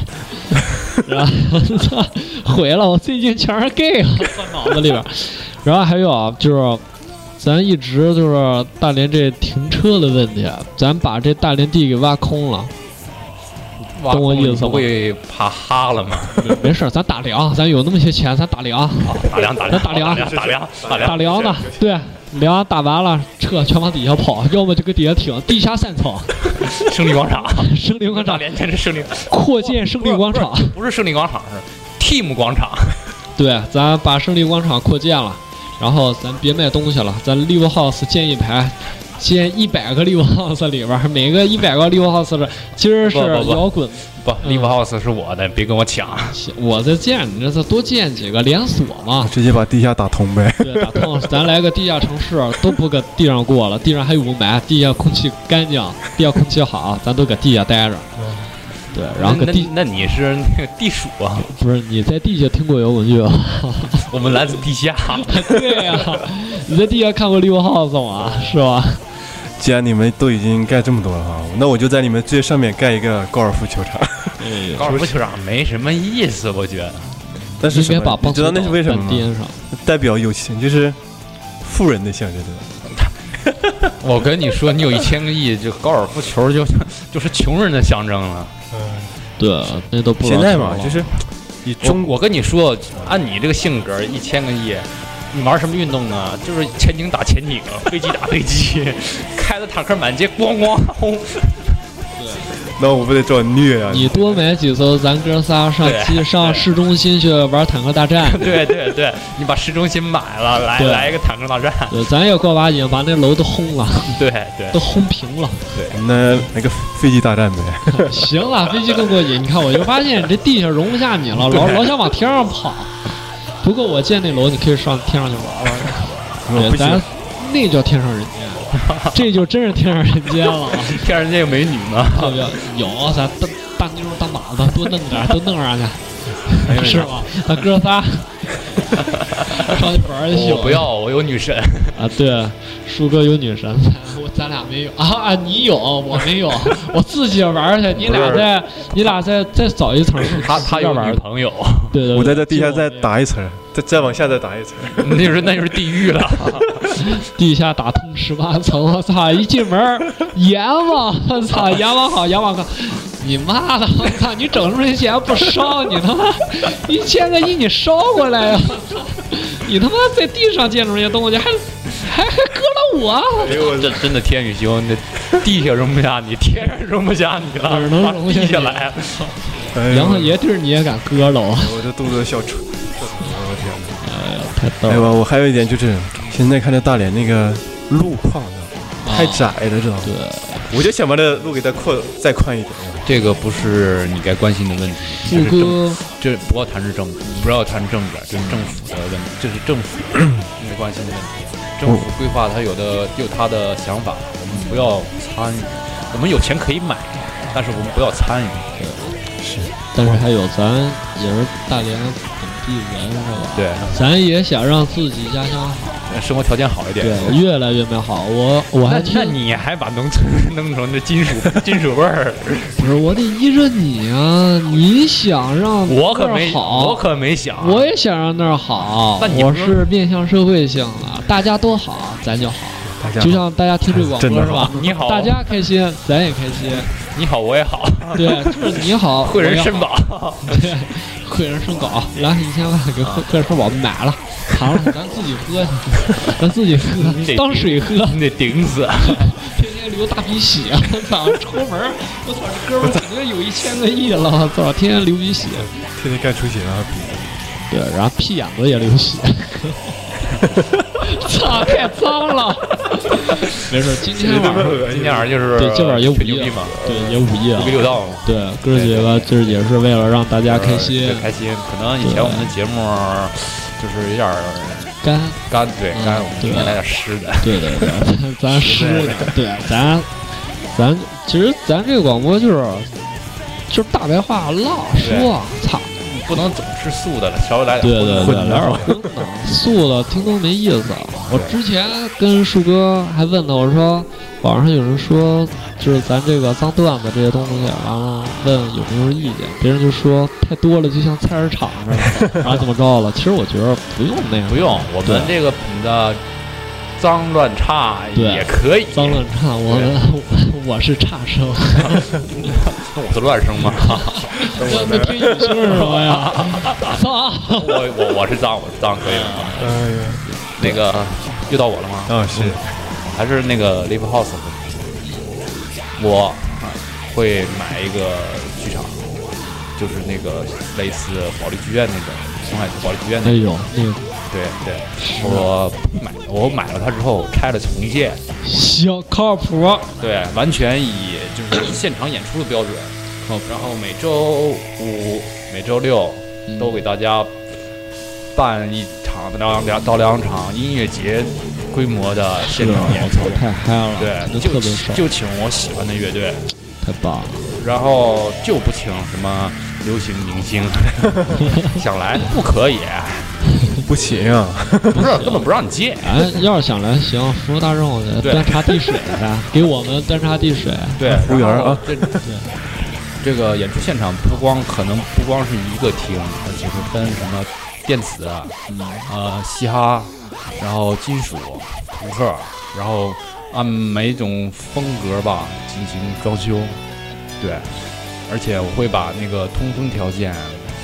然后操，毁了！我最近全是 gay 了，我脑子里边儿。然后还有啊，就是咱一直就是大连这停车的问题，啊咱把这大连地给挖空了。
哇
懂我意思吗
你不会怕哈了吗？
没事儿，咱打粮，咱有那么些钱，咱打粮，
打量打量
打量
打量打量
打粮呢。对，粮打完了，撤，全往底下跑，要么就搁底下停，地下三 层，
胜利广场，
胜利广
大
场
连真是胜利，
扩建胜利广场。
不是胜利广场，是 Team 广场。
对，咱把胜利广场扩建了，然后咱别卖东西了，咱 Live House 建一排，建一百个 Live House 里边儿，每个一百个 Live House 的，今儿是
不不不
摇滚，
不
嗯
，Live House 是我的，别跟我抢。
我再建，你这再多建几个连锁嘛
直接把地下打通呗，
对，打通，咱来个地下城市，都不搁地上过了，地上还有雾霾，地下空气干净，地下空气好，咱都搁地下待着，对，然后搁
那
地
那那你是那个地鼠啊？
不是你在地下听过摇滚乐吗？
我们来自地下。
对呀、你在地下看过 Live House 吗？是吧？
既然你们都已经盖这么多了啊，那我就在你们最上面盖一个高尔夫球场。
高尔夫球场没什么意思，我觉得。
但是
应
什
该
么
把
你
棒
知
球
道那是为什么吗？
颠上，
代表有钱，就是富人的象征，对吧？
我跟你说，你有一千个亿，这高尔夫球就 就是穷人的象征了。
对，那都不知道
现在
什
嘛，
么
就是以
我
中国
我跟你说，按你这个性格，一千个亿，你玩什么运动呢？就是潜艇打潜艇，飞机打飞机， 开的坦克满街咣咣轰。
那我不得找你虐啊？
你多买几艘，咱哥仨上
对。
机上市中心去玩坦克大战
对对对，你把市中心买了，来
对
来一个坦克大战。
对，咱也过把瘾，把那楼都轰了，
对对
都，轰平 了。
那来个飞机大战 呗，
行了，飞机更过瘾。你看，我就发现你这地下容不下你了，老老想往天上跑。不过我建那楼，你可以上天上去玩玩。
我
对，
不行
咱，那叫天上人 间，这就真是天上人间了。
天上界有美女呢。
要不要？有，咱大大妞大马子多弄点儿，多弄上去。是吗？咱哎哥仨上去玩儿就行。
我不要，我有女神。
啊！对，树哥有女神，我咱俩没有啊啊！你有，我没有，我自己玩儿去。你俩
不是
再，你俩再再找一层，
他他
要
有
玩儿
女
的。
朋友，
对对对，
我在这地
就
下
我
再
没有
打一层，再再往下再打一层，
那就是那就是地狱了。
地下打通十八层，我操！一进门儿，阎王，我操！阎王好，阎王好，你妈的，我操！你整这么些钱不烧，你他妈一千个亿你烧过来呀、 你他妈在地上建筑这些东西，还还还割了我，啊
哎呦，这真的天宇兄，那地下容不下你，天上容不下你了，
哪儿能容不下
地
你啊
下来？
哎呦
嗯
阎王爷地儿你也敢割了我？
嗯我这肚子小虫，我的天哪！
太逗
还有
了，
吧，我还有一点就是，现在看着大连那个路况啊，太窄了，知道吗？
对，
我就想把这路给它扩再宽一点。
这个不是你该关心的问题，这
谷
是政，
歌
这不要谈是政治，不要谈政治，这是政府的问题，这是政府 应该关心的问题。政府规划它有的有它的想法，我们不要参与。我们有钱可以买，但是我们不要参与。
是，
但是还有咱也是大连本地人是吧？
对，
咱也想让自己家乡好，
生活条件好一点。
对，越来越美好。我我还
那那
听，
你还把农村弄成 这金属金属味儿？
不是我得依着你啊，你想让
我可
那儿
没，
好，
我可没想。
我也想让那儿好。
那你
我
不是
是面向社会性的，大家都好，咱就好。
大家
就像大家听这广
真
播
的
是吧？
你好，
大家开心，咱也开心。
你好，我 也好，
对，就是你好，
汇
我
人
也
肾
好
宝。
对， 贵人生搞，来一千万给贵贵人生宝买了，扛了，咱自己喝去，咱自己喝
你得，
当水喝，
你得顶死。
天天流大鼻血，我操，出门儿，我操，这哥们儿肯定有一千个亿了，我操，天天流鼻血，
天天干出血啊，
对，然后屁眼子也流血， 操，太脏了，没事，今天晚上
今天晚上就是
对，今晚上也午
吹牛
夜
逼嘛，，
对，也午夜
五
了
比，六道嘛，
对，哥儿几个就是也是为了让大家开心
对，开心。可能以前我们的节目就是有点儿
干。
干，对
嗯
干，我们
对
应该来点湿的。
对对 对，咱湿的，对，咱咱其实咱这个广播就是就是大白话唠说，啊操，
你不能总吃素的了，稍微来
对
点
对对，
混的
来点荤的， 素的听都没意思。啊我之前跟树哥还问他，我说网上有人说就是咱这个脏段子这些东西，啊完了问有没有意见，别人就说太多了，就像菜市场似的，然后怎么着了？其实我觉得不用那样，
不用，我
对
们这个你的脏乱差
对
也可以。
脏乱差，我 我我是差生。
那我是乱生 吗？
我那听你说什么呀？操！
我我我是脏，我是脏，可以
嗯
吗？
哎呀，
那个又到我了吗？
啊是，
还是那个 Live House，我会买一个剧场，就是那个类似保利剧院那种，上海保利剧院那
哎
种。
呦，那个
对对，我买我买了它之后拆了重建，
行，靠谱，
对，完全以就是现场演出的标准。
哦
然后每周五、每周六
嗯
都给大家办一场到两到两场音乐节规模的现
是
场
啊
演
我
出
操。，太嗨了，
对，
真特
就
别爽，
就请我喜欢的乐队，
太棒了，
然后就不请什么流行明星， 想来不可以，
不行啊，
不是根本不让你接。
咱要是想来，行，服务大众去，
对
端茶递水去，给我们端茶递水，
对，
服务员
然后
啊
这这个演出现场不光可能不光是一个厅，它其实分什么电子啊，
嗯
呃嘻哈，然后金属、朋克，然后按每种风格吧进行装修，对，而且我会把那个通风条件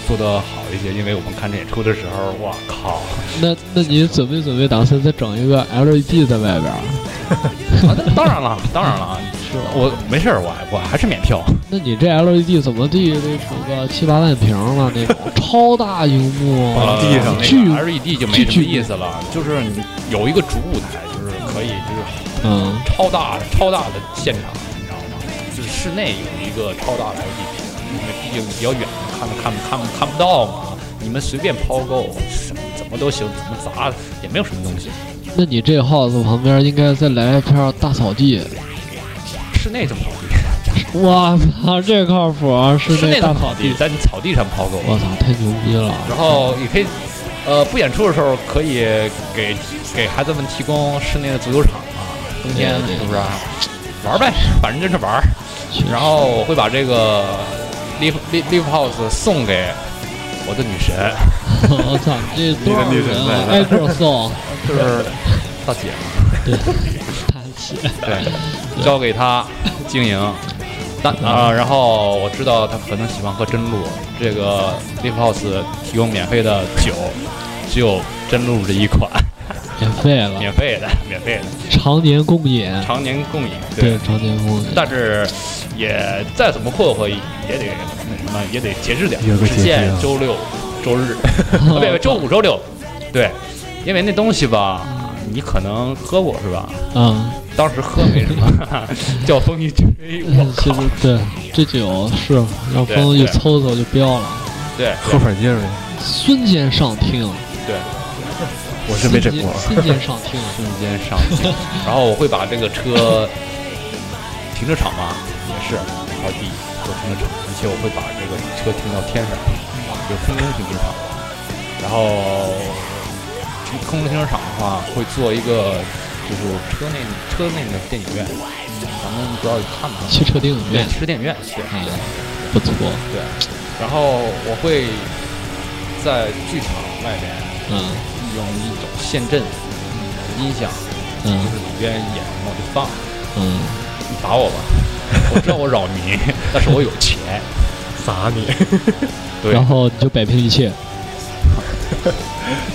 做得好一些，因为我们看这演出的时候，哇 靠，
那那你准备准备，打算再整一个 LED 在外边儿？
啊那当然了，当然了啊，
是吧
我没事儿，我还我还是免票。
那你这 LED 怎么地得出个七八万屏了？那种超大荧幕，
放地
呃
上
巨
那个 LED 就没什么意思了，就是你有一个主舞台，就是可以就是
嗯，
超大超大的现场，你知道吗？就是室内有一个超大的 LED 屏，因为毕竟比较远，看不看不看不看不到嘛。你们随便抛个什么怎么都行，怎么砸也没有什么东西。
那你这 house 旁边应该再来一片大草地。
室内怎么跑
我操，这靠谱啊！是
地？室内
那
怎
大
么跑
草
地？在草地上抛个。
我操，太牛逼了！
然后也可以，呃，不演出的时候可以给给孩子们提供室内的足球场啊，冬天
对对
是不是啊？玩儿呗，反正就是玩儿。
确实
然后我会把这个 live live live house 送给我的女神，
我操，这多少人啊？挨个送，
就是大姐，
弹起。
对，嗯交给她经营。但啊、然后我知道她可能喜欢喝真露，这个 live house 提供免费的酒，只有真露这一款，
免费了，
免费的，免费的。
常年供饮。
常年共饮，
对，常年供饮。
但是也再怎么霍霍，也得那什么，也得节制点，
有个
只
节制啊
啊 限周六、周日，不对，周五、周六，对，因为那东西吧，你可能喝过是吧？
嗯，
当时喝没什么， 叫风一吹，我
其
嗯
靠
实，对这酒是让
对
风一
对
抽抽就飙了，
对
喝会儿劲儿呗。
瞬间上听，
对，
我是没整过，
瞬间瞬间上听，
瞬间上去，然后我会把这个车停车场嘛，也是一块地做停车场，而且我会把这个车停到天上，有空中停车场。然后停空中停车场的话，会做一个就是车内车内的电影院，咱们不知道看不看，
汽车电影
对
院，，
汽车电影院，对
嗯，不错，
对。然后我会在剧场外面
嗯
用一种陷阵音响，就
嗯
是里边演什么我就放。
嗯，
你打我吧， 我知道我扰 民，但是我有钱，砸你。 对
然，后你就摆平一切，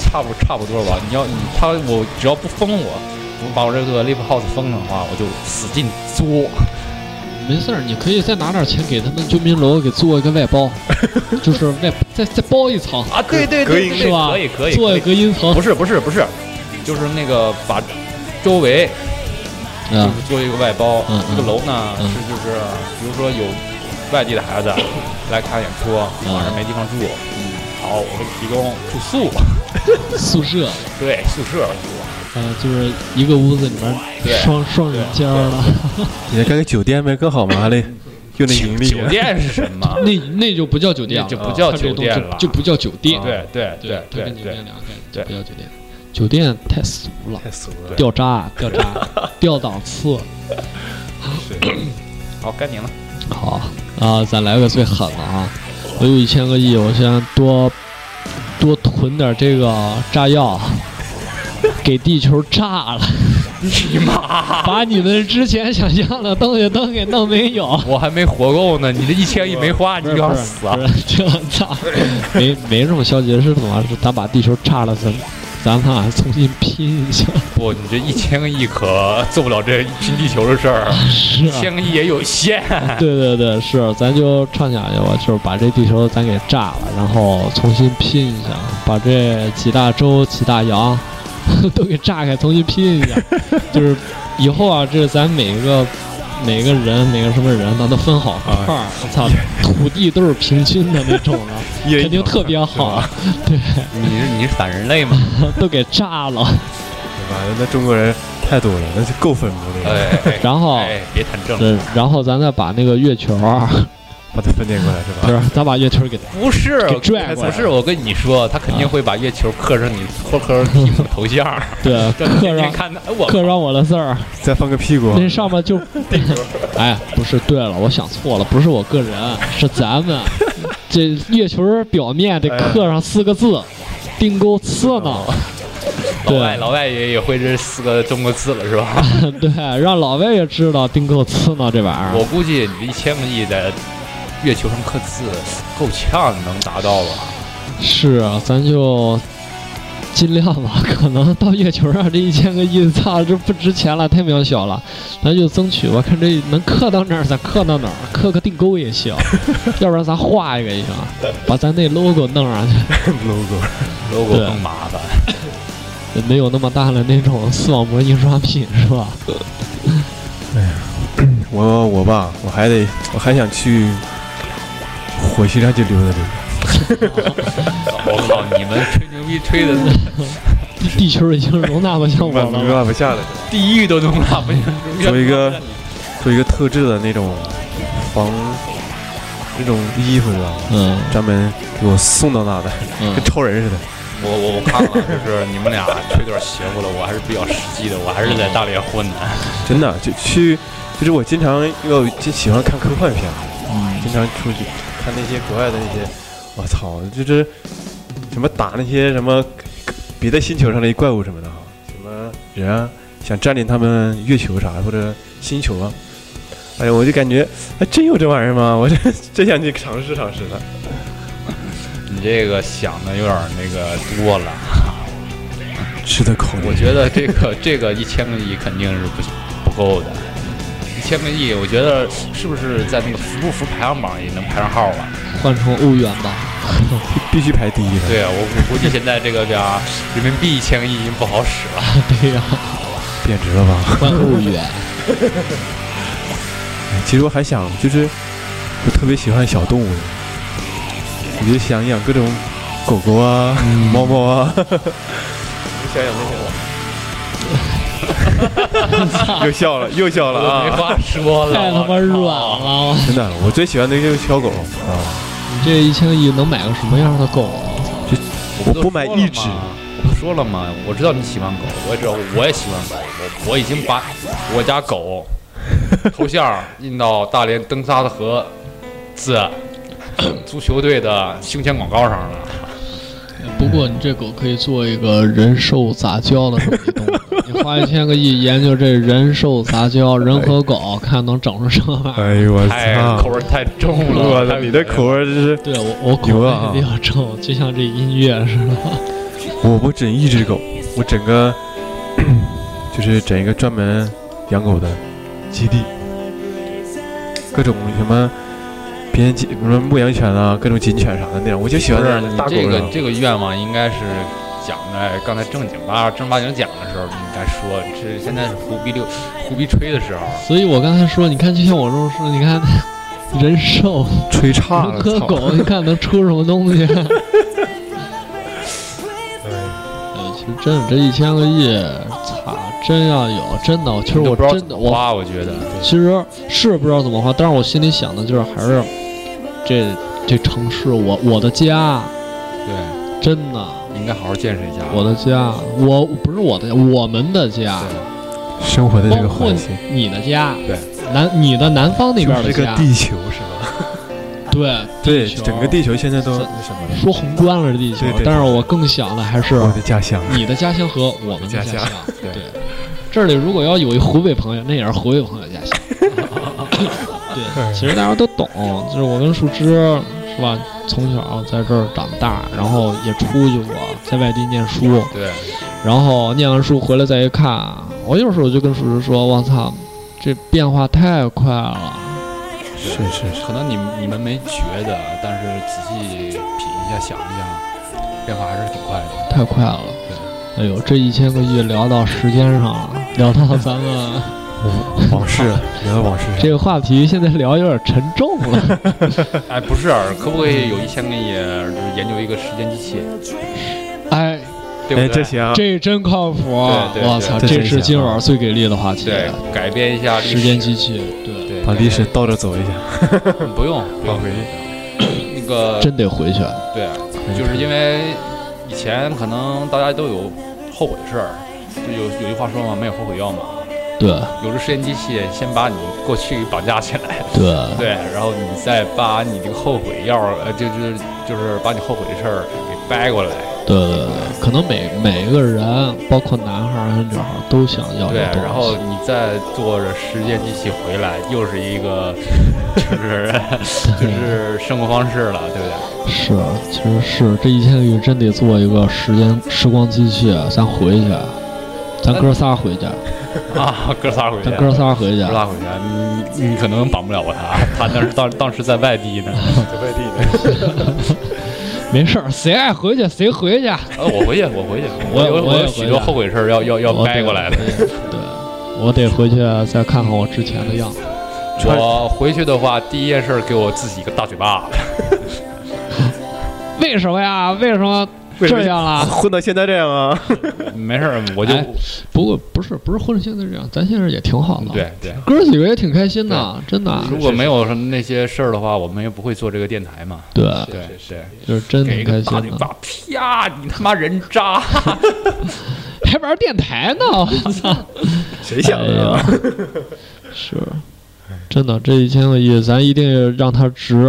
差不差不多吧。你要你他我只要不封我，我把我这个 live house 封上的话，我就使劲作。
没事儿，你可以再拿点钱给他们居民楼给做一个外 包，就是外再再包一层，
啊，对对
隔
对
音
对，
是吧？
可以可以，
做一
可以
个隔音层
不，是不是不是，就是那个把周围就
嗯
是做一个外包。
嗯嗯
这个楼呢
嗯
是就是，比如说有外地的孩 子来看演出，
嗯
晚上没地方住，好，我会提供住
宿
宿，
舍，
对宿舍住。
呃，就是一个屋子里面
对
双双人间儿了，？
也盖个酒店呗，更好嘛嘞，又能盈利。啊
酒店是什么
那那就不叫酒店
那
了，
就不
它
叫
这
酒
东
店
西
了，
就不叫酒店，
对对对
它
对
跟酒店
对
两个
对
概念，不叫酒店，酒店太俗了，
太俗了，
掉渣掉渣 掉档次。
好，该 您了。
好啊、咱来个最狠的啊！我有一千个亿，我先多多囤点这个炸药，给地球炸 了，
你妈！
把你们之前想象的东西都给弄没有。
我还没活够呢，你这一千亿没花，你就要死啊
不！是这操， 没没这么消极，是怎么？是咱把地球炸了，咱咱俩重新拼一下。
不，你这一千个亿可做不了这拼地球的事儿，
是
一
啊，
千个亿也有限。
对对对，是，咱就畅想一下吧，就是把这地球咱给炸了，然后重新拼一下，把这几大洲、几大洋都给炸开，重新拼一下。就是以后啊，这咱每一个每个人、每个什么人，咱都分好块儿。我操，土地都是平均的那种的，
一人
肯定特别好，
你是你是反人类吗？
都给炸了。
妈的，那中国人太多了，那就够分不了，
哎，哎
然后，
哎，别谈政治，
对，然后咱再把那个月球啊，
把它分点过来是
不
吧？
是，咱把月球给
不是
给拽过来
不是，我跟你说，他肯定会把月球刻上你破壳蒂姆头像，
对
让你
刻
天天
上
看他。哎我
刻上我的字儿。
再放个屁股，
那上面就， 哎，不是，对了，我想错了，不是我个人，是咱们这月球表面
哎
得刻上四个字，丁沟刺呢，
哦老外老外也也会这四个中国字了是吧？
对，让老外也知道丁沟刺呢这玩意儿。
我估计你一千个亿在月球上刻字，够呛能达到吧？
是啊，咱就尽量吧，可能到月球上这一千个亿，操，这不值钱了，太渺小了，咱就争取吧，看这能刻到哪儿，咱刻到哪儿，刻个定沟也 行，要不然咱画一个也行，把咱那 logo 弄上去。
logo，
logo
对
更麻烦。
没有那么大的那种视网膜印刷品是吧？
我我吧，我还得，我还想去火星上去溜达溜达。
我靠，你们吹牛逼吹的
地地球已经容纳不下我
慢慢
了。
慢不下来，
地狱都能拉不进。
做一个做一个特制的那种防那种衣服是吧？
嗯
专门给我送到那的，
嗯
跟，超人似的。
我我我看了，就是你们俩吹有点邪乎了，我还是比较实际的，我还是在大连混的。
真的就去，就是我经常因为我就喜欢看科幻片，经常出去看那些国外的那些，我操，就是什么打那些什么别的星球上的怪物什么的哈，什么人啊，想占领他们月球啥或者星球啊，哎呀，我就感觉还真有这玩意儿吗？我这真想去尝试尝试的。
你这个想的有点那个多了，
值得考
我
虑。
觉得这个这个一千个亿肯定是不不够的。一千个亿，我觉得是不是在那个服不服排行榜也能排上号了？
换成欧元吧，
必须排第一 的。
对啊，我我估计现在这个叫人民币一千个亿已经不好使了。
对呀、
贬值了吧？
万物语言，
其实我还想，就是我特别喜欢小动物，我就想养各种狗狗啊、
嗯
猫猫 啊。想养那种。又笑了，又笑
我
了
都没
啊！
话说了，
太他妈软
我靠。
了！
真的，我最喜欢的就是小狗啊！
你这一千个亿能买个什么样的狗？
我
我都
不买
说了
一只
嘛我不说了吗？我知道你喜欢狗，我也知道我也喜欢狗，我我已经把我家狗头像儿印到大连登沙的河 字足球队的胸前广告上了。
不过你这狗可以做一个人兽杂交的这么一动物，你花一千个亿研究这人兽杂交，人和狗，看能整出什么 玩意儿。
哎呦我
太口
操！
味儿太重了，
我
太
的，你的口味真是，
对我我口
牛
味
啊
比较重，就像这音乐似的。
我不整一只狗，我整个 就是整一个专门养狗的基地，各种什么别人警什么牧羊犬啊，各种警犬啥的那种，我就喜欢
不
那
是
样的
你
大狗
这个
粮。
这个愿望应该是讲在刚才正经八正儿八经讲的时候，你应该说这现在是胡逼溜胡逼吹的时候。
所以我刚才说，你看就像我这种事，你看 人兽
吹差
人
了，
和
操
狗，你看能出什么东西？哎，其实真的这一千个亿，操，真要有，真的，其实
你都
我
不知道
真
怎
的
么
我
花，我觉得
其实是不知道怎么花，但是我心里想的就是还是这这城市，我我的家，
对，
真的，
应该好好见识一下。
我的家，我不是我的，我们的家，
生活的这
包
个
括
环境，
你的家，
对，
南你的南方那边
就
的
是这个
家，
地球是吧？
对
对，
球啊
整个地球现在都那什么了？
说宏观了是地球
对对，对
但是我更想的还是
我的家乡，
你的家乡和我们的
家
家
乡
乡，啊对。这里如果要有一湖北朋友，那也是湖北朋友的家乡。对，其实大家都懂，就是我跟树枝是吧，从小在这儿长大，然后也出去过，在外地念书，
对，
然后念完书回来再一看，哦我有时候就跟树枝说：“我操，这变化太快了。
是是是，
可能你们你们没觉得，但是仔细品一下、想一下，变化还是挺快的。
太快了。 哎呦，这一千个亿聊到时间上了，聊到咱们
往事聊聊往事。
这个话题，现在聊有点沉重 了。
哎，不是，可不可以有一千个亿，就是研究一个时间机器，
哎，
对
哎，
不
这
对？
行啊，
这真靠谱！
对对
我操，
这真
这是今晚最给力的话题。
对，改变一下历史
时间机器，对，
对，
把历史
改
倒着走一下。
变不用不用
往回
那个
真得回去。
对啊，就是因为以前可能大家都有后悔的事儿，就有有句话说嘛，没有后悔药嘛。
对
有了时间机器，先把你过去绑架起来，
对
对，然后你再把你这个后悔药，呃，就就是就是把你后悔的事儿给掰过来，
对对对，可能每每一个人，包括男孩儿和女孩儿，都想要
对
这，
然
东
后
西。
你再坐着时间机器回来，又是一个 就是 就是生活方式了，对不对？
是，其实是这一千个亿真得做一个时间时光机器，啊咱回去，咱哥仨回去，
啊，哥仨回去
咱，哥仨回去啊
哥。仨回去，你你可能绑不了我他，他那是当当时在外地呢。
外地的，
没事儿，谁爱回去谁回去。
啊，我回去，我回去，
我
有
我
我
也
有
回
许
去
多后悔事儿要要要
我
掰
得
过来的。
回去对，我得回去再看看我之前的样子。
我回去的话，第一件事儿给我自己一个大嘴巴。
为什么呀？为什么
为什么
这样哎啦？
混到现在这样啊？
没事儿，我就
哎不过不是不是混成现在这样，咱现在也挺好的。，
嗯对对。
哥几个也挺开心的，真的。啊
如果没有什么那些事儿的话，我们也不会做这个电台嘛。
对，
对对，
就是真
给
挺
一个
开
大嘴
心啊的。
巴，啪！你他妈人渣！
还玩电台 呢，我操！
谁
啊
啊
哎呀？是，
哎
真的，这一千个亿，咱一定让它值，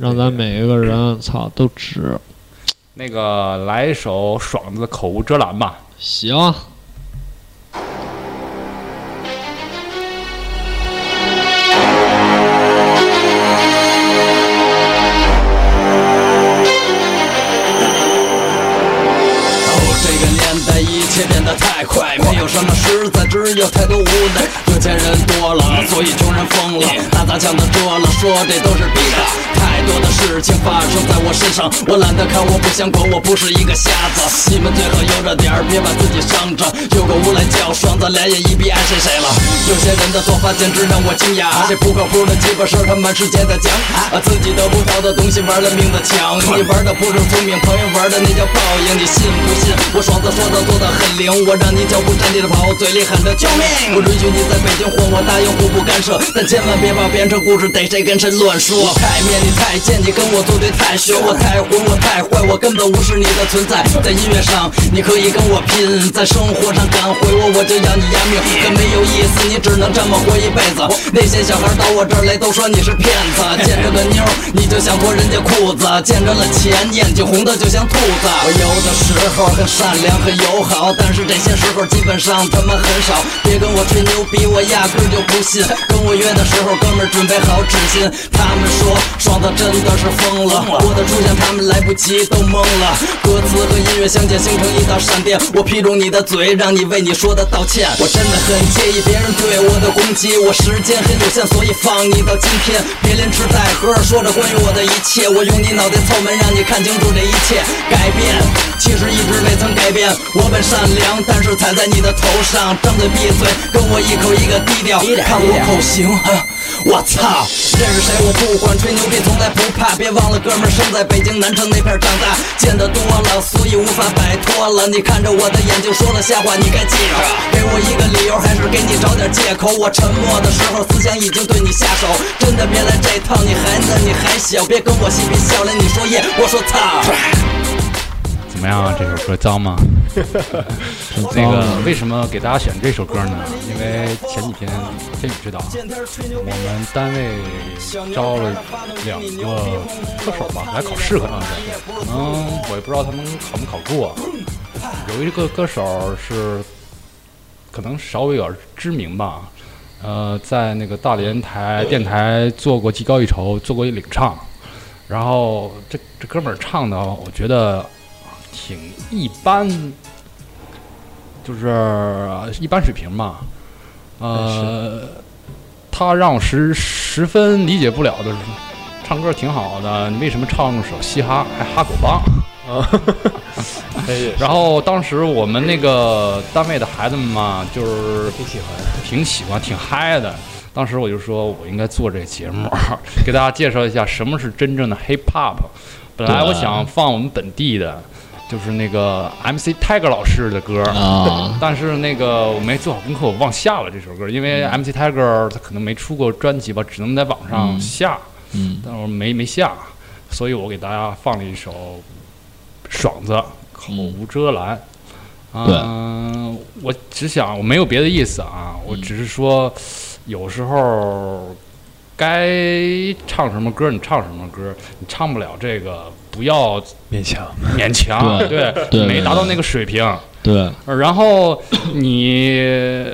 让咱每一个人操都值。
那个来一首爽子的《口无遮拦》吧。
行，
到这个年代，一切切变得太快，没有什么实在，只有太多无奈。有钱人多了，所以穷人疯了，打砸抢的多了，说这都是逼的。太多的事情发生在我身上，我懒得看，我不想管，我不是一个瞎子。你们最好悠着点儿，别把自己伤着。有个无赖叫爽，咱俩也一比爱谁谁了。有些人的做法简直让我惊讶，这不靠谱的鸡巴事儿，他满世界在讲。啊，自己得不到的东西玩的命的强，你玩的不是聪明，朋友玩的那叫报应。你信不信？我爽子说的做的很灵，我让你脚步站地的跑，嘴里喊着救命。我允许你在北京混，我答应互不干涉，但千万别把别人这故事逮谁跟谁乱说。我太面你太贱，你跟我作对太凶，我太混我太坏，我根本无视你的存在。在音乐上你可以跟我拼，在生活上敢毁我，我就要你压命。可没有意思，你只能这么活一辈子。那些小孩到我这儿来都说你是骗子，见着个妞儿你就想脱人家裤子，见着了钱眼睛红的就像兔子。我有的时候很善良很友好，但是这些时候基本上他们很少。别跟我吹牛逼，我压根儿就不信。跟我约的时候，哥们儿准备好纸巾。他们说爽子真的是疯了，我的出现他们来不及都懵了。歌词和音乐相见，形成一道闪电。我劈中你的嘴，让你为你说的道歉。我真的很介意别人对我的攻击，我时间很有限，所以放你到今天。别连吃带喝，说着关于我的一切。我用你脑袋凑门，让你看清楚这一切。改变，其实一直未曾改变。我本善良，但是踩在你的头上。张嘴闭嘴，跟我一口一个低调。看我口型，啊我操！认识谁我不管，吹牛逼从来不怕。别忘了，哥们儿生在北京南城那片儿长大，见得多了，所以无法摆脱了。你看着我的眼睛，说了瞎话，你该记着。给我一个理由，还是给你找点借口？我沉默的时候，思想已经对你下手。真的别来这套，你孩子你还小，别跟我嬉皮笑脸。你说耶，我说操。
怎么样啊？这首歌 脏吗？那个
啊
为什么给大家选这首歌呢？因为前几天这你知道啊，我们单位招了两个歌手吧，来考试可能是，可能我也不知道他们考没考过。有一个歌手是可能稍微有点知名吧，呃，在那个大连台电台做过《技高一筹》，做过一领唱。然后这这哥们儿唱的，我觉得挺一般，就是一般水平吧。呃，他让我十十分理解不了的是，唱歌挺好的，你为什么唱那首嘻哈还哈狗帮？ 然后当时我们那个单位的孩子们嘛，就是挺喜欢，挺喜欢，挺嗨的。当时我就说，我应该做这节目，给大家介绍一下什么是真正的 hip hop。本来我想放我们本地的，就是那个 MC Tiger 老师的歌，
啊，
但是那个我没做好功课，我忘下了这首歌，因为 MC Tiger 他可能没出过专辑吧，只能在网上
嗯
下。
嗯，
但我没没下，所以我给大家放了一首《爽子口无遮拦》。
对
嗯、我只想我没有别的意思啊，我只是说，有时候该唱什么歌你唱什么歌，你唱不了这个不要
勉强。
勉强，
对
对，
对
没达到
对
那个水平。
对，
然后你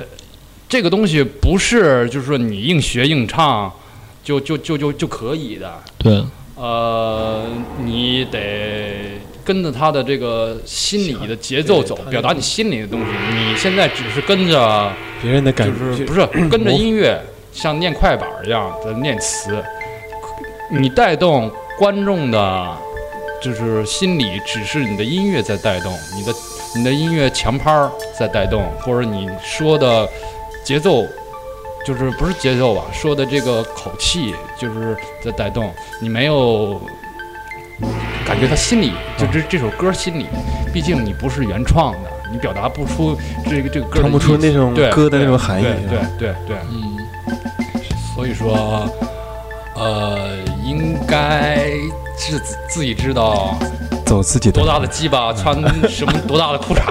这个东西不是就是说你硬学硬唱就就就就就可以的，
对，
呃，你得跟着他的这个心理的节奏走
对他，那
表达你心里的东西。你现在只是跟着，
别人的感
就
觉
是不是 跟着音乐，像念快板一样在念词，
嗯
你带动观众的，就是心理，只是你的音乐在带动，你的你的音乐强拍儿在带动，或者你说的节奏就是不是节奏吧，说的这个口气就是在带动，你没有感觉他心里就这这首歌心里，毕竟你不是原创的，你表达不出这个这个歌的
唱不出
意思
那种
对
歌的
对
那种含义
对
是
对
吧
对对，
嗯，
所以说，呃，应该是自自己知道
走自己的
多大的鸡巴穿什么多大的裤衩，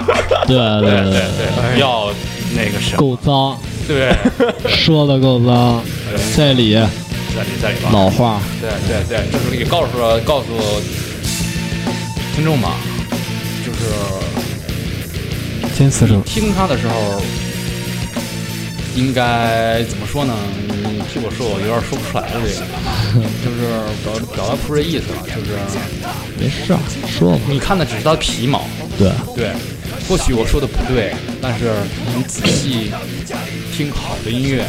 对对
对对
对，
对，要那个什么，
够脏，
对，
说的够脏，在理
在里在里吧。
老话，
对对对，就是也告诉告诉听众嘛，就是
坚持住。
听他的时候，应该怎么说呢？你替我说，我有点说不出来了，这个 就是表表达不出这意思了，就是
没事儿，说吧，
你看的只是他的皮毛，
对
对，或许我说的不对，但是你仔细听好的音乐，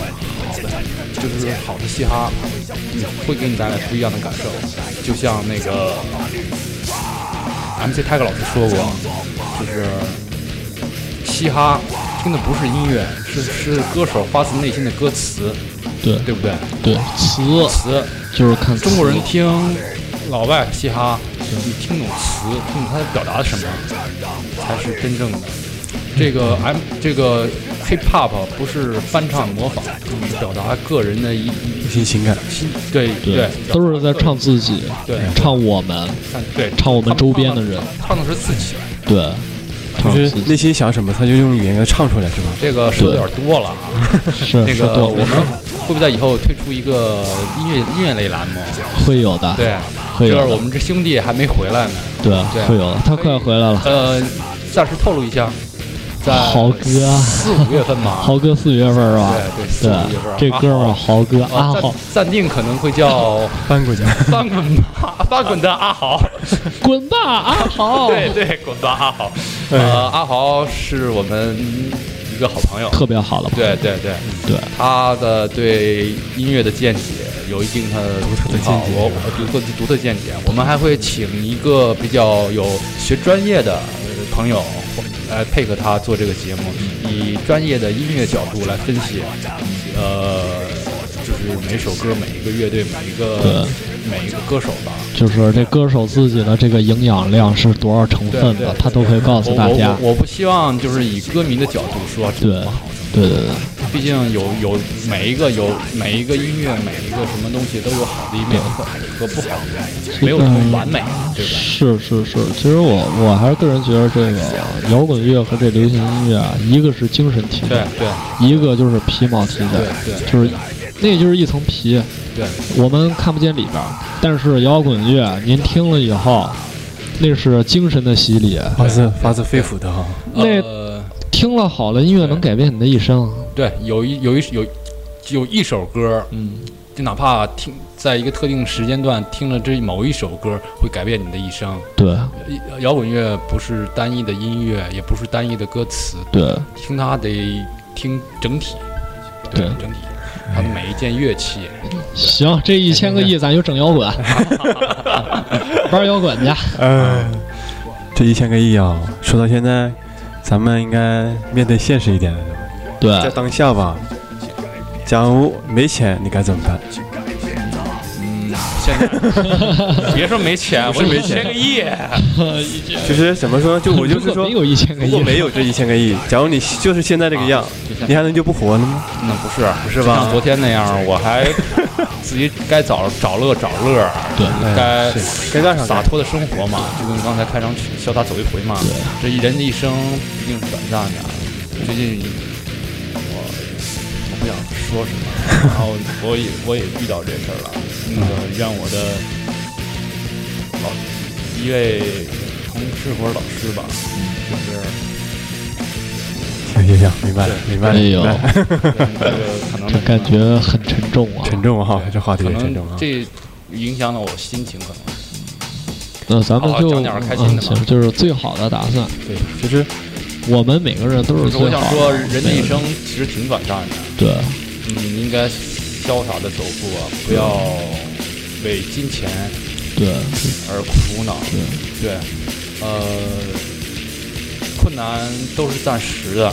好的就是好的嘻哈，会给你带来不一样的感受。就像那个 MC Tag 老师说过，就是嘻哈听的不是音乐，是是歌手发自内心的歌词，
对
对不对？
对，词
词
就是看词
中国人听老外嘻哈，你听懂词，听懂他在表达什么，才是真正的。这个 M 这个 hip hop 不是翻唱模仿，是表达个人的一一
一些情感。
心对
对，都是在唱自己，
对
唱我们，
对
唱我们周边的人，
唱的是自己。
对，
就
唱
是
自己
内心想什么，他就用语言给它唱出来，是吧？
这个说的有点多了啊，
是
那
是
个
多
我们会不会在以后推出一个音乐音乐类栏目？
会有的，
对，
会有
就
的
是我们这兄弟还没回来呢，
对
对
会有的，他快回来了，
呃，暂时透露一下，在
豪哥啊
四五月份啊吧，
豪哥四月份是吧？
对对四五月份
这哥们儿
阿豪
豪哥阿
啊，
豪
暂，暂定可能会叫
搬过去，
翻滚吧， 翻滚的阿豪。
滚吧阿豪，
对对，滚吧阿豪。呃，阿豪是我们一个好朋友。
特别好的朋友，
对对对，
对
他的对音乐的见解有一定他的独特的见解，我我独特独特见解。我们还会请一个比较有学专业的呃朋友来配合他做这个节目，以专业的音乐角度来分析，呃，就是每首歌、每一个乐队、每一个每一个歌手吧。
就是这歌手自己的这个营养量是多少成分
对
的
对，
他都会告
我
诉大家
我。我我不希望就是以歌迷的角度说这
对
不好，
对对对，
毕竟有有每一个有每一个音乐每一个什么东西都有好的一面和和不好的一面，没有什么完美，对吧？
是是是。其实我我还是个人觉得，这个摇滚乐和这流行音乐啊，一个是精神体
对
现，
对
一个就是皮毛体现，
对
就是那就是一层皮，
对，
我们看不见里边儿，但是摇滚乐您听了以后，那是精神的洗礼，
发自发自肺腑的哈。
那
呃
听了好的音乐能改变你的一生。
对有一有一有有一首歌，
嗯，
就哪怕听在一个特定时间段听了这某一首歌，会改变你的一生。
对
呃摇滚乐不是单一的音乐，也不是单一的歌词，
对
听它得听整体，
对，
整体，它的每一件乐器。
行，这一千个亿咱就整 摇滚，玩摇滚去。
呃，这一千个亿啊，说到现在，咱们应该面对现实一点，在
对，
当下吧。假如没钱，你该怎么办？
现在 别说没钱，我没钱个 E 亿，
就是怎么说，就我就
如
是
果
说
没，有一千个
如果
亿，
没有这一千个亿，假如你就是现在这个样，你还能就不活了吗？
那不是不是
吧
像昨天那样，我还自己该找找乐找乐，啊
对
该
该干啥干啥
洒脱的生活嘛，就跟刚才开场曲《潇洒走一回》嘛。这一人的一生毕竟是短暂的，最近我我不想说什么，然后我也我也遇到这事儿了，那个让我的老一位同事或者老师吧，就是。
行行行，明白了，明白了，
哎呦
明白
这个可能
了，
这 感觉很沉重啊。
沉重哈，这话题
可
也沉重
能
啊。
这影响了我心情，可能
那咱们就
哦好好讲点儿开心的吧
嗯行就是最好的打算。
对，
其实我们每个人都
就是是
最
我想
好
说，
的。
人的一生其实挺短暂的，
对
你应该潇洒的走过，不要为金钱
对
而苦恼。
对
对，呃，困难都是暂时的。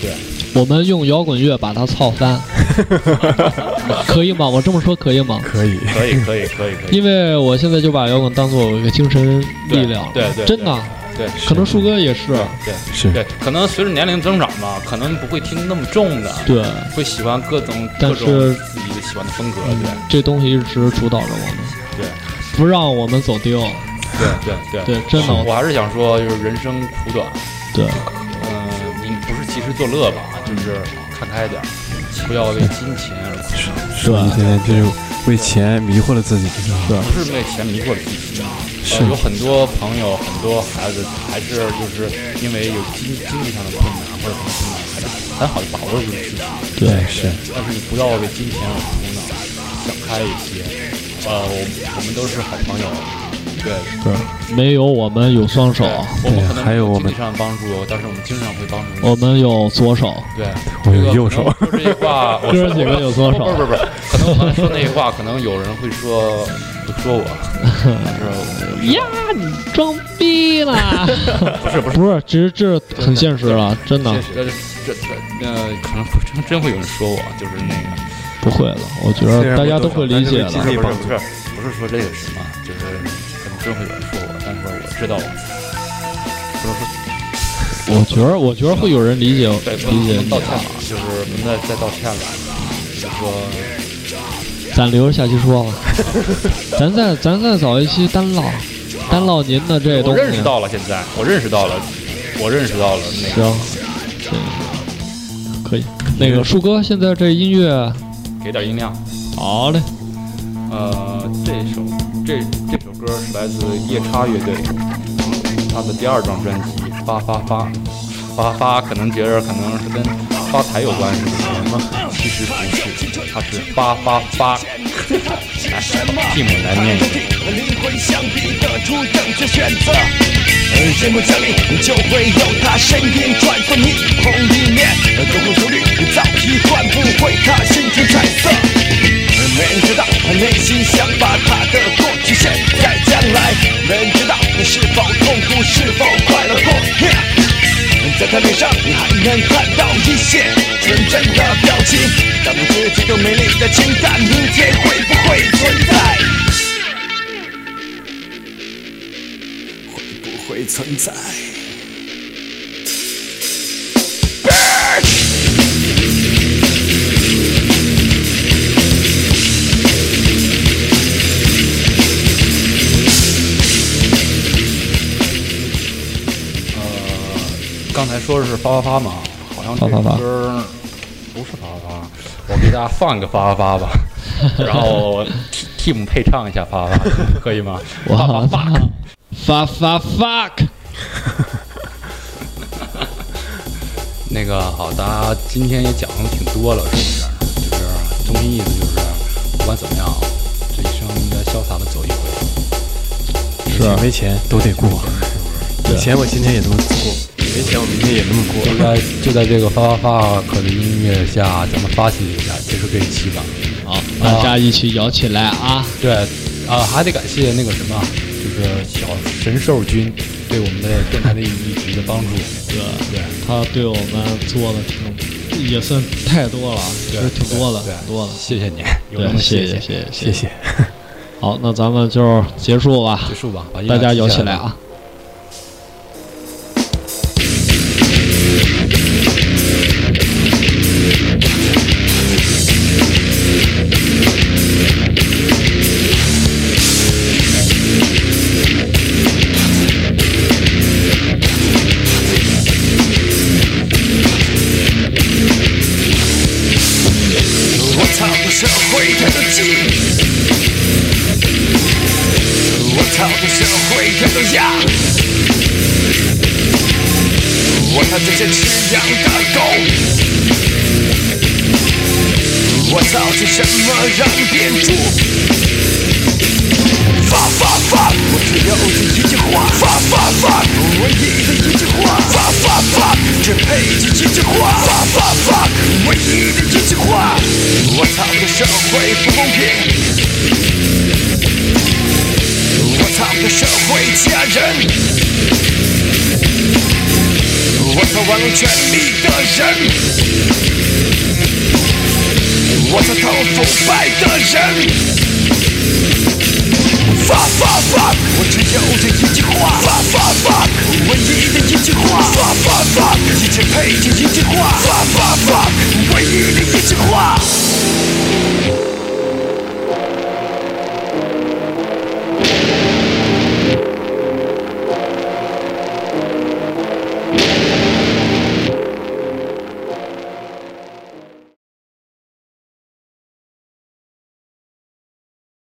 对
我们用摇滚乐把它操 翻，可以吗？我这么说可以吗？
可以，
对，可以可以可以 可以。
因为我现在就把摇滚当做我一个精神力量，
对对对
真的，
对
可能树哥也是，
对
是
对，可能随着年龄增长吧，可能不会听那么重的，
对，
会喜欢各种
但
各
是
种自己的喜欢的风格。对。
这东西一直主导着我们，
对，
嗯
不让我们走丢，
对对
对真的
我还是想说，就是人生苦短，
对
嗯、你不是及时作乐吧，就是看开点儿，不要为金钱而苦，
是吧？现在就是为钱迷惑了自己，是
对
吧？
不是为钱迷惑自己。
是
呃，有很多朋友，很多孩子还是就是因为有经经济上的困难或者什么困难，还是很好的把握住自己。
对，是
但是你不要为金钱而苦恼，想开一些。呃，我我们都是好朋友，对，
没有我们有双手
对，我们可能
哦还有
没
我
经
们
济上的帮助，但是我们精神上会帮助你。
我们有左手，
对，
我
这
有
个
右
可能
手，
说这句话，我
哥
说
儿几个有左
不
手
不，是不是，可能我刚才说那句话，可能有人会说说我，但
呀，你装逼啦！ 不是不是不是，其实这很现实了，真的
是这这这那可能会真真会有人说我，就是那个
不会了，我觉得大家都会理解
虽然
的。
可以
不是
帮助
不是不是说这个什么，就是可能真会有人说我，但是我知道我不能说
我觉得我觉得会有人理解
对，不
理解
能
你啊
道
的
歉，了，就是不能再再道歉了，就是说。
咱留着下期 说吧。咱再咱再找一期单唠，单唠您的这
我
东西。
认识到了，现在我认识到了，我认识到了那个
行，可以。
嗯
那个树哥，现在这音乐，
给点音量。
好嘞，
呃，这首这这首歌是来自夜叉乐队，嗯他的第二张专辑《发发发》，发发可能觉得可能是跟发财有关，是不是？其实不是，它是发发发。来，蒂姆来念一下。
灵魂相逼得出正确选择。呃人不讲理，就会有他声音穿梭霓虹里面，呃多功多虑，早已换不回他心情彩色。呃没人知道他内心想法，他的过去、现在、将来，没人知道你是否痛苦，是否快乐过。在他脸上，你还能看到一些纯真的表情。当你自己有美丽的情感，明天会不会存在？不会存在。
刚才说的是发发发嘛，好像这
发发发
歌儿不是发发发，我给大家放一个发发发吧， 然后 T- Team 配唱一下发发发，可以吗？发 发
我发
发，
发 fuck，
那个好，大家今天也讲的挺多了，是不是？就是中心意思就是，不管怎么样，这一生应该潇洒的走一回。
是没钱都得过，有钱我今天也这么过，没钱我明天也这么
就
过。
在就在这个发发发可的音乐下，咱们发泄一下，结束这一期吧。啊
好，大家一起摇起来啊！
对，啊、还得感谢那个什么，就是小神兽君对我们的电台的一直的帮助。
对对，他对我们做了挺，也算太多了，啊其实挺多了，
对
挺多了。
谢谢你，由
对
衷，的
谢
谢。
谢
谢
谢。
谢。
好，那咱们就结束吧，
结束吧，把音乐
大家摇
提
起来啊！
我操这社会太多鸡，我操这社会太多鸭，我操这些吃羊的狗，我操这什么让变猪？发发发！我只有这一句话，发发发！唯一的一句话，发发发！只配这一句话，发发发！唯一的一句话。我操，这社会不公平！我操，这社会假人！我操，玩弄权力的人！我操，贪腐败的人！发发发！我只有这一句话，发发发！唯一的一句话，发发发！一切配置一句话，发发发！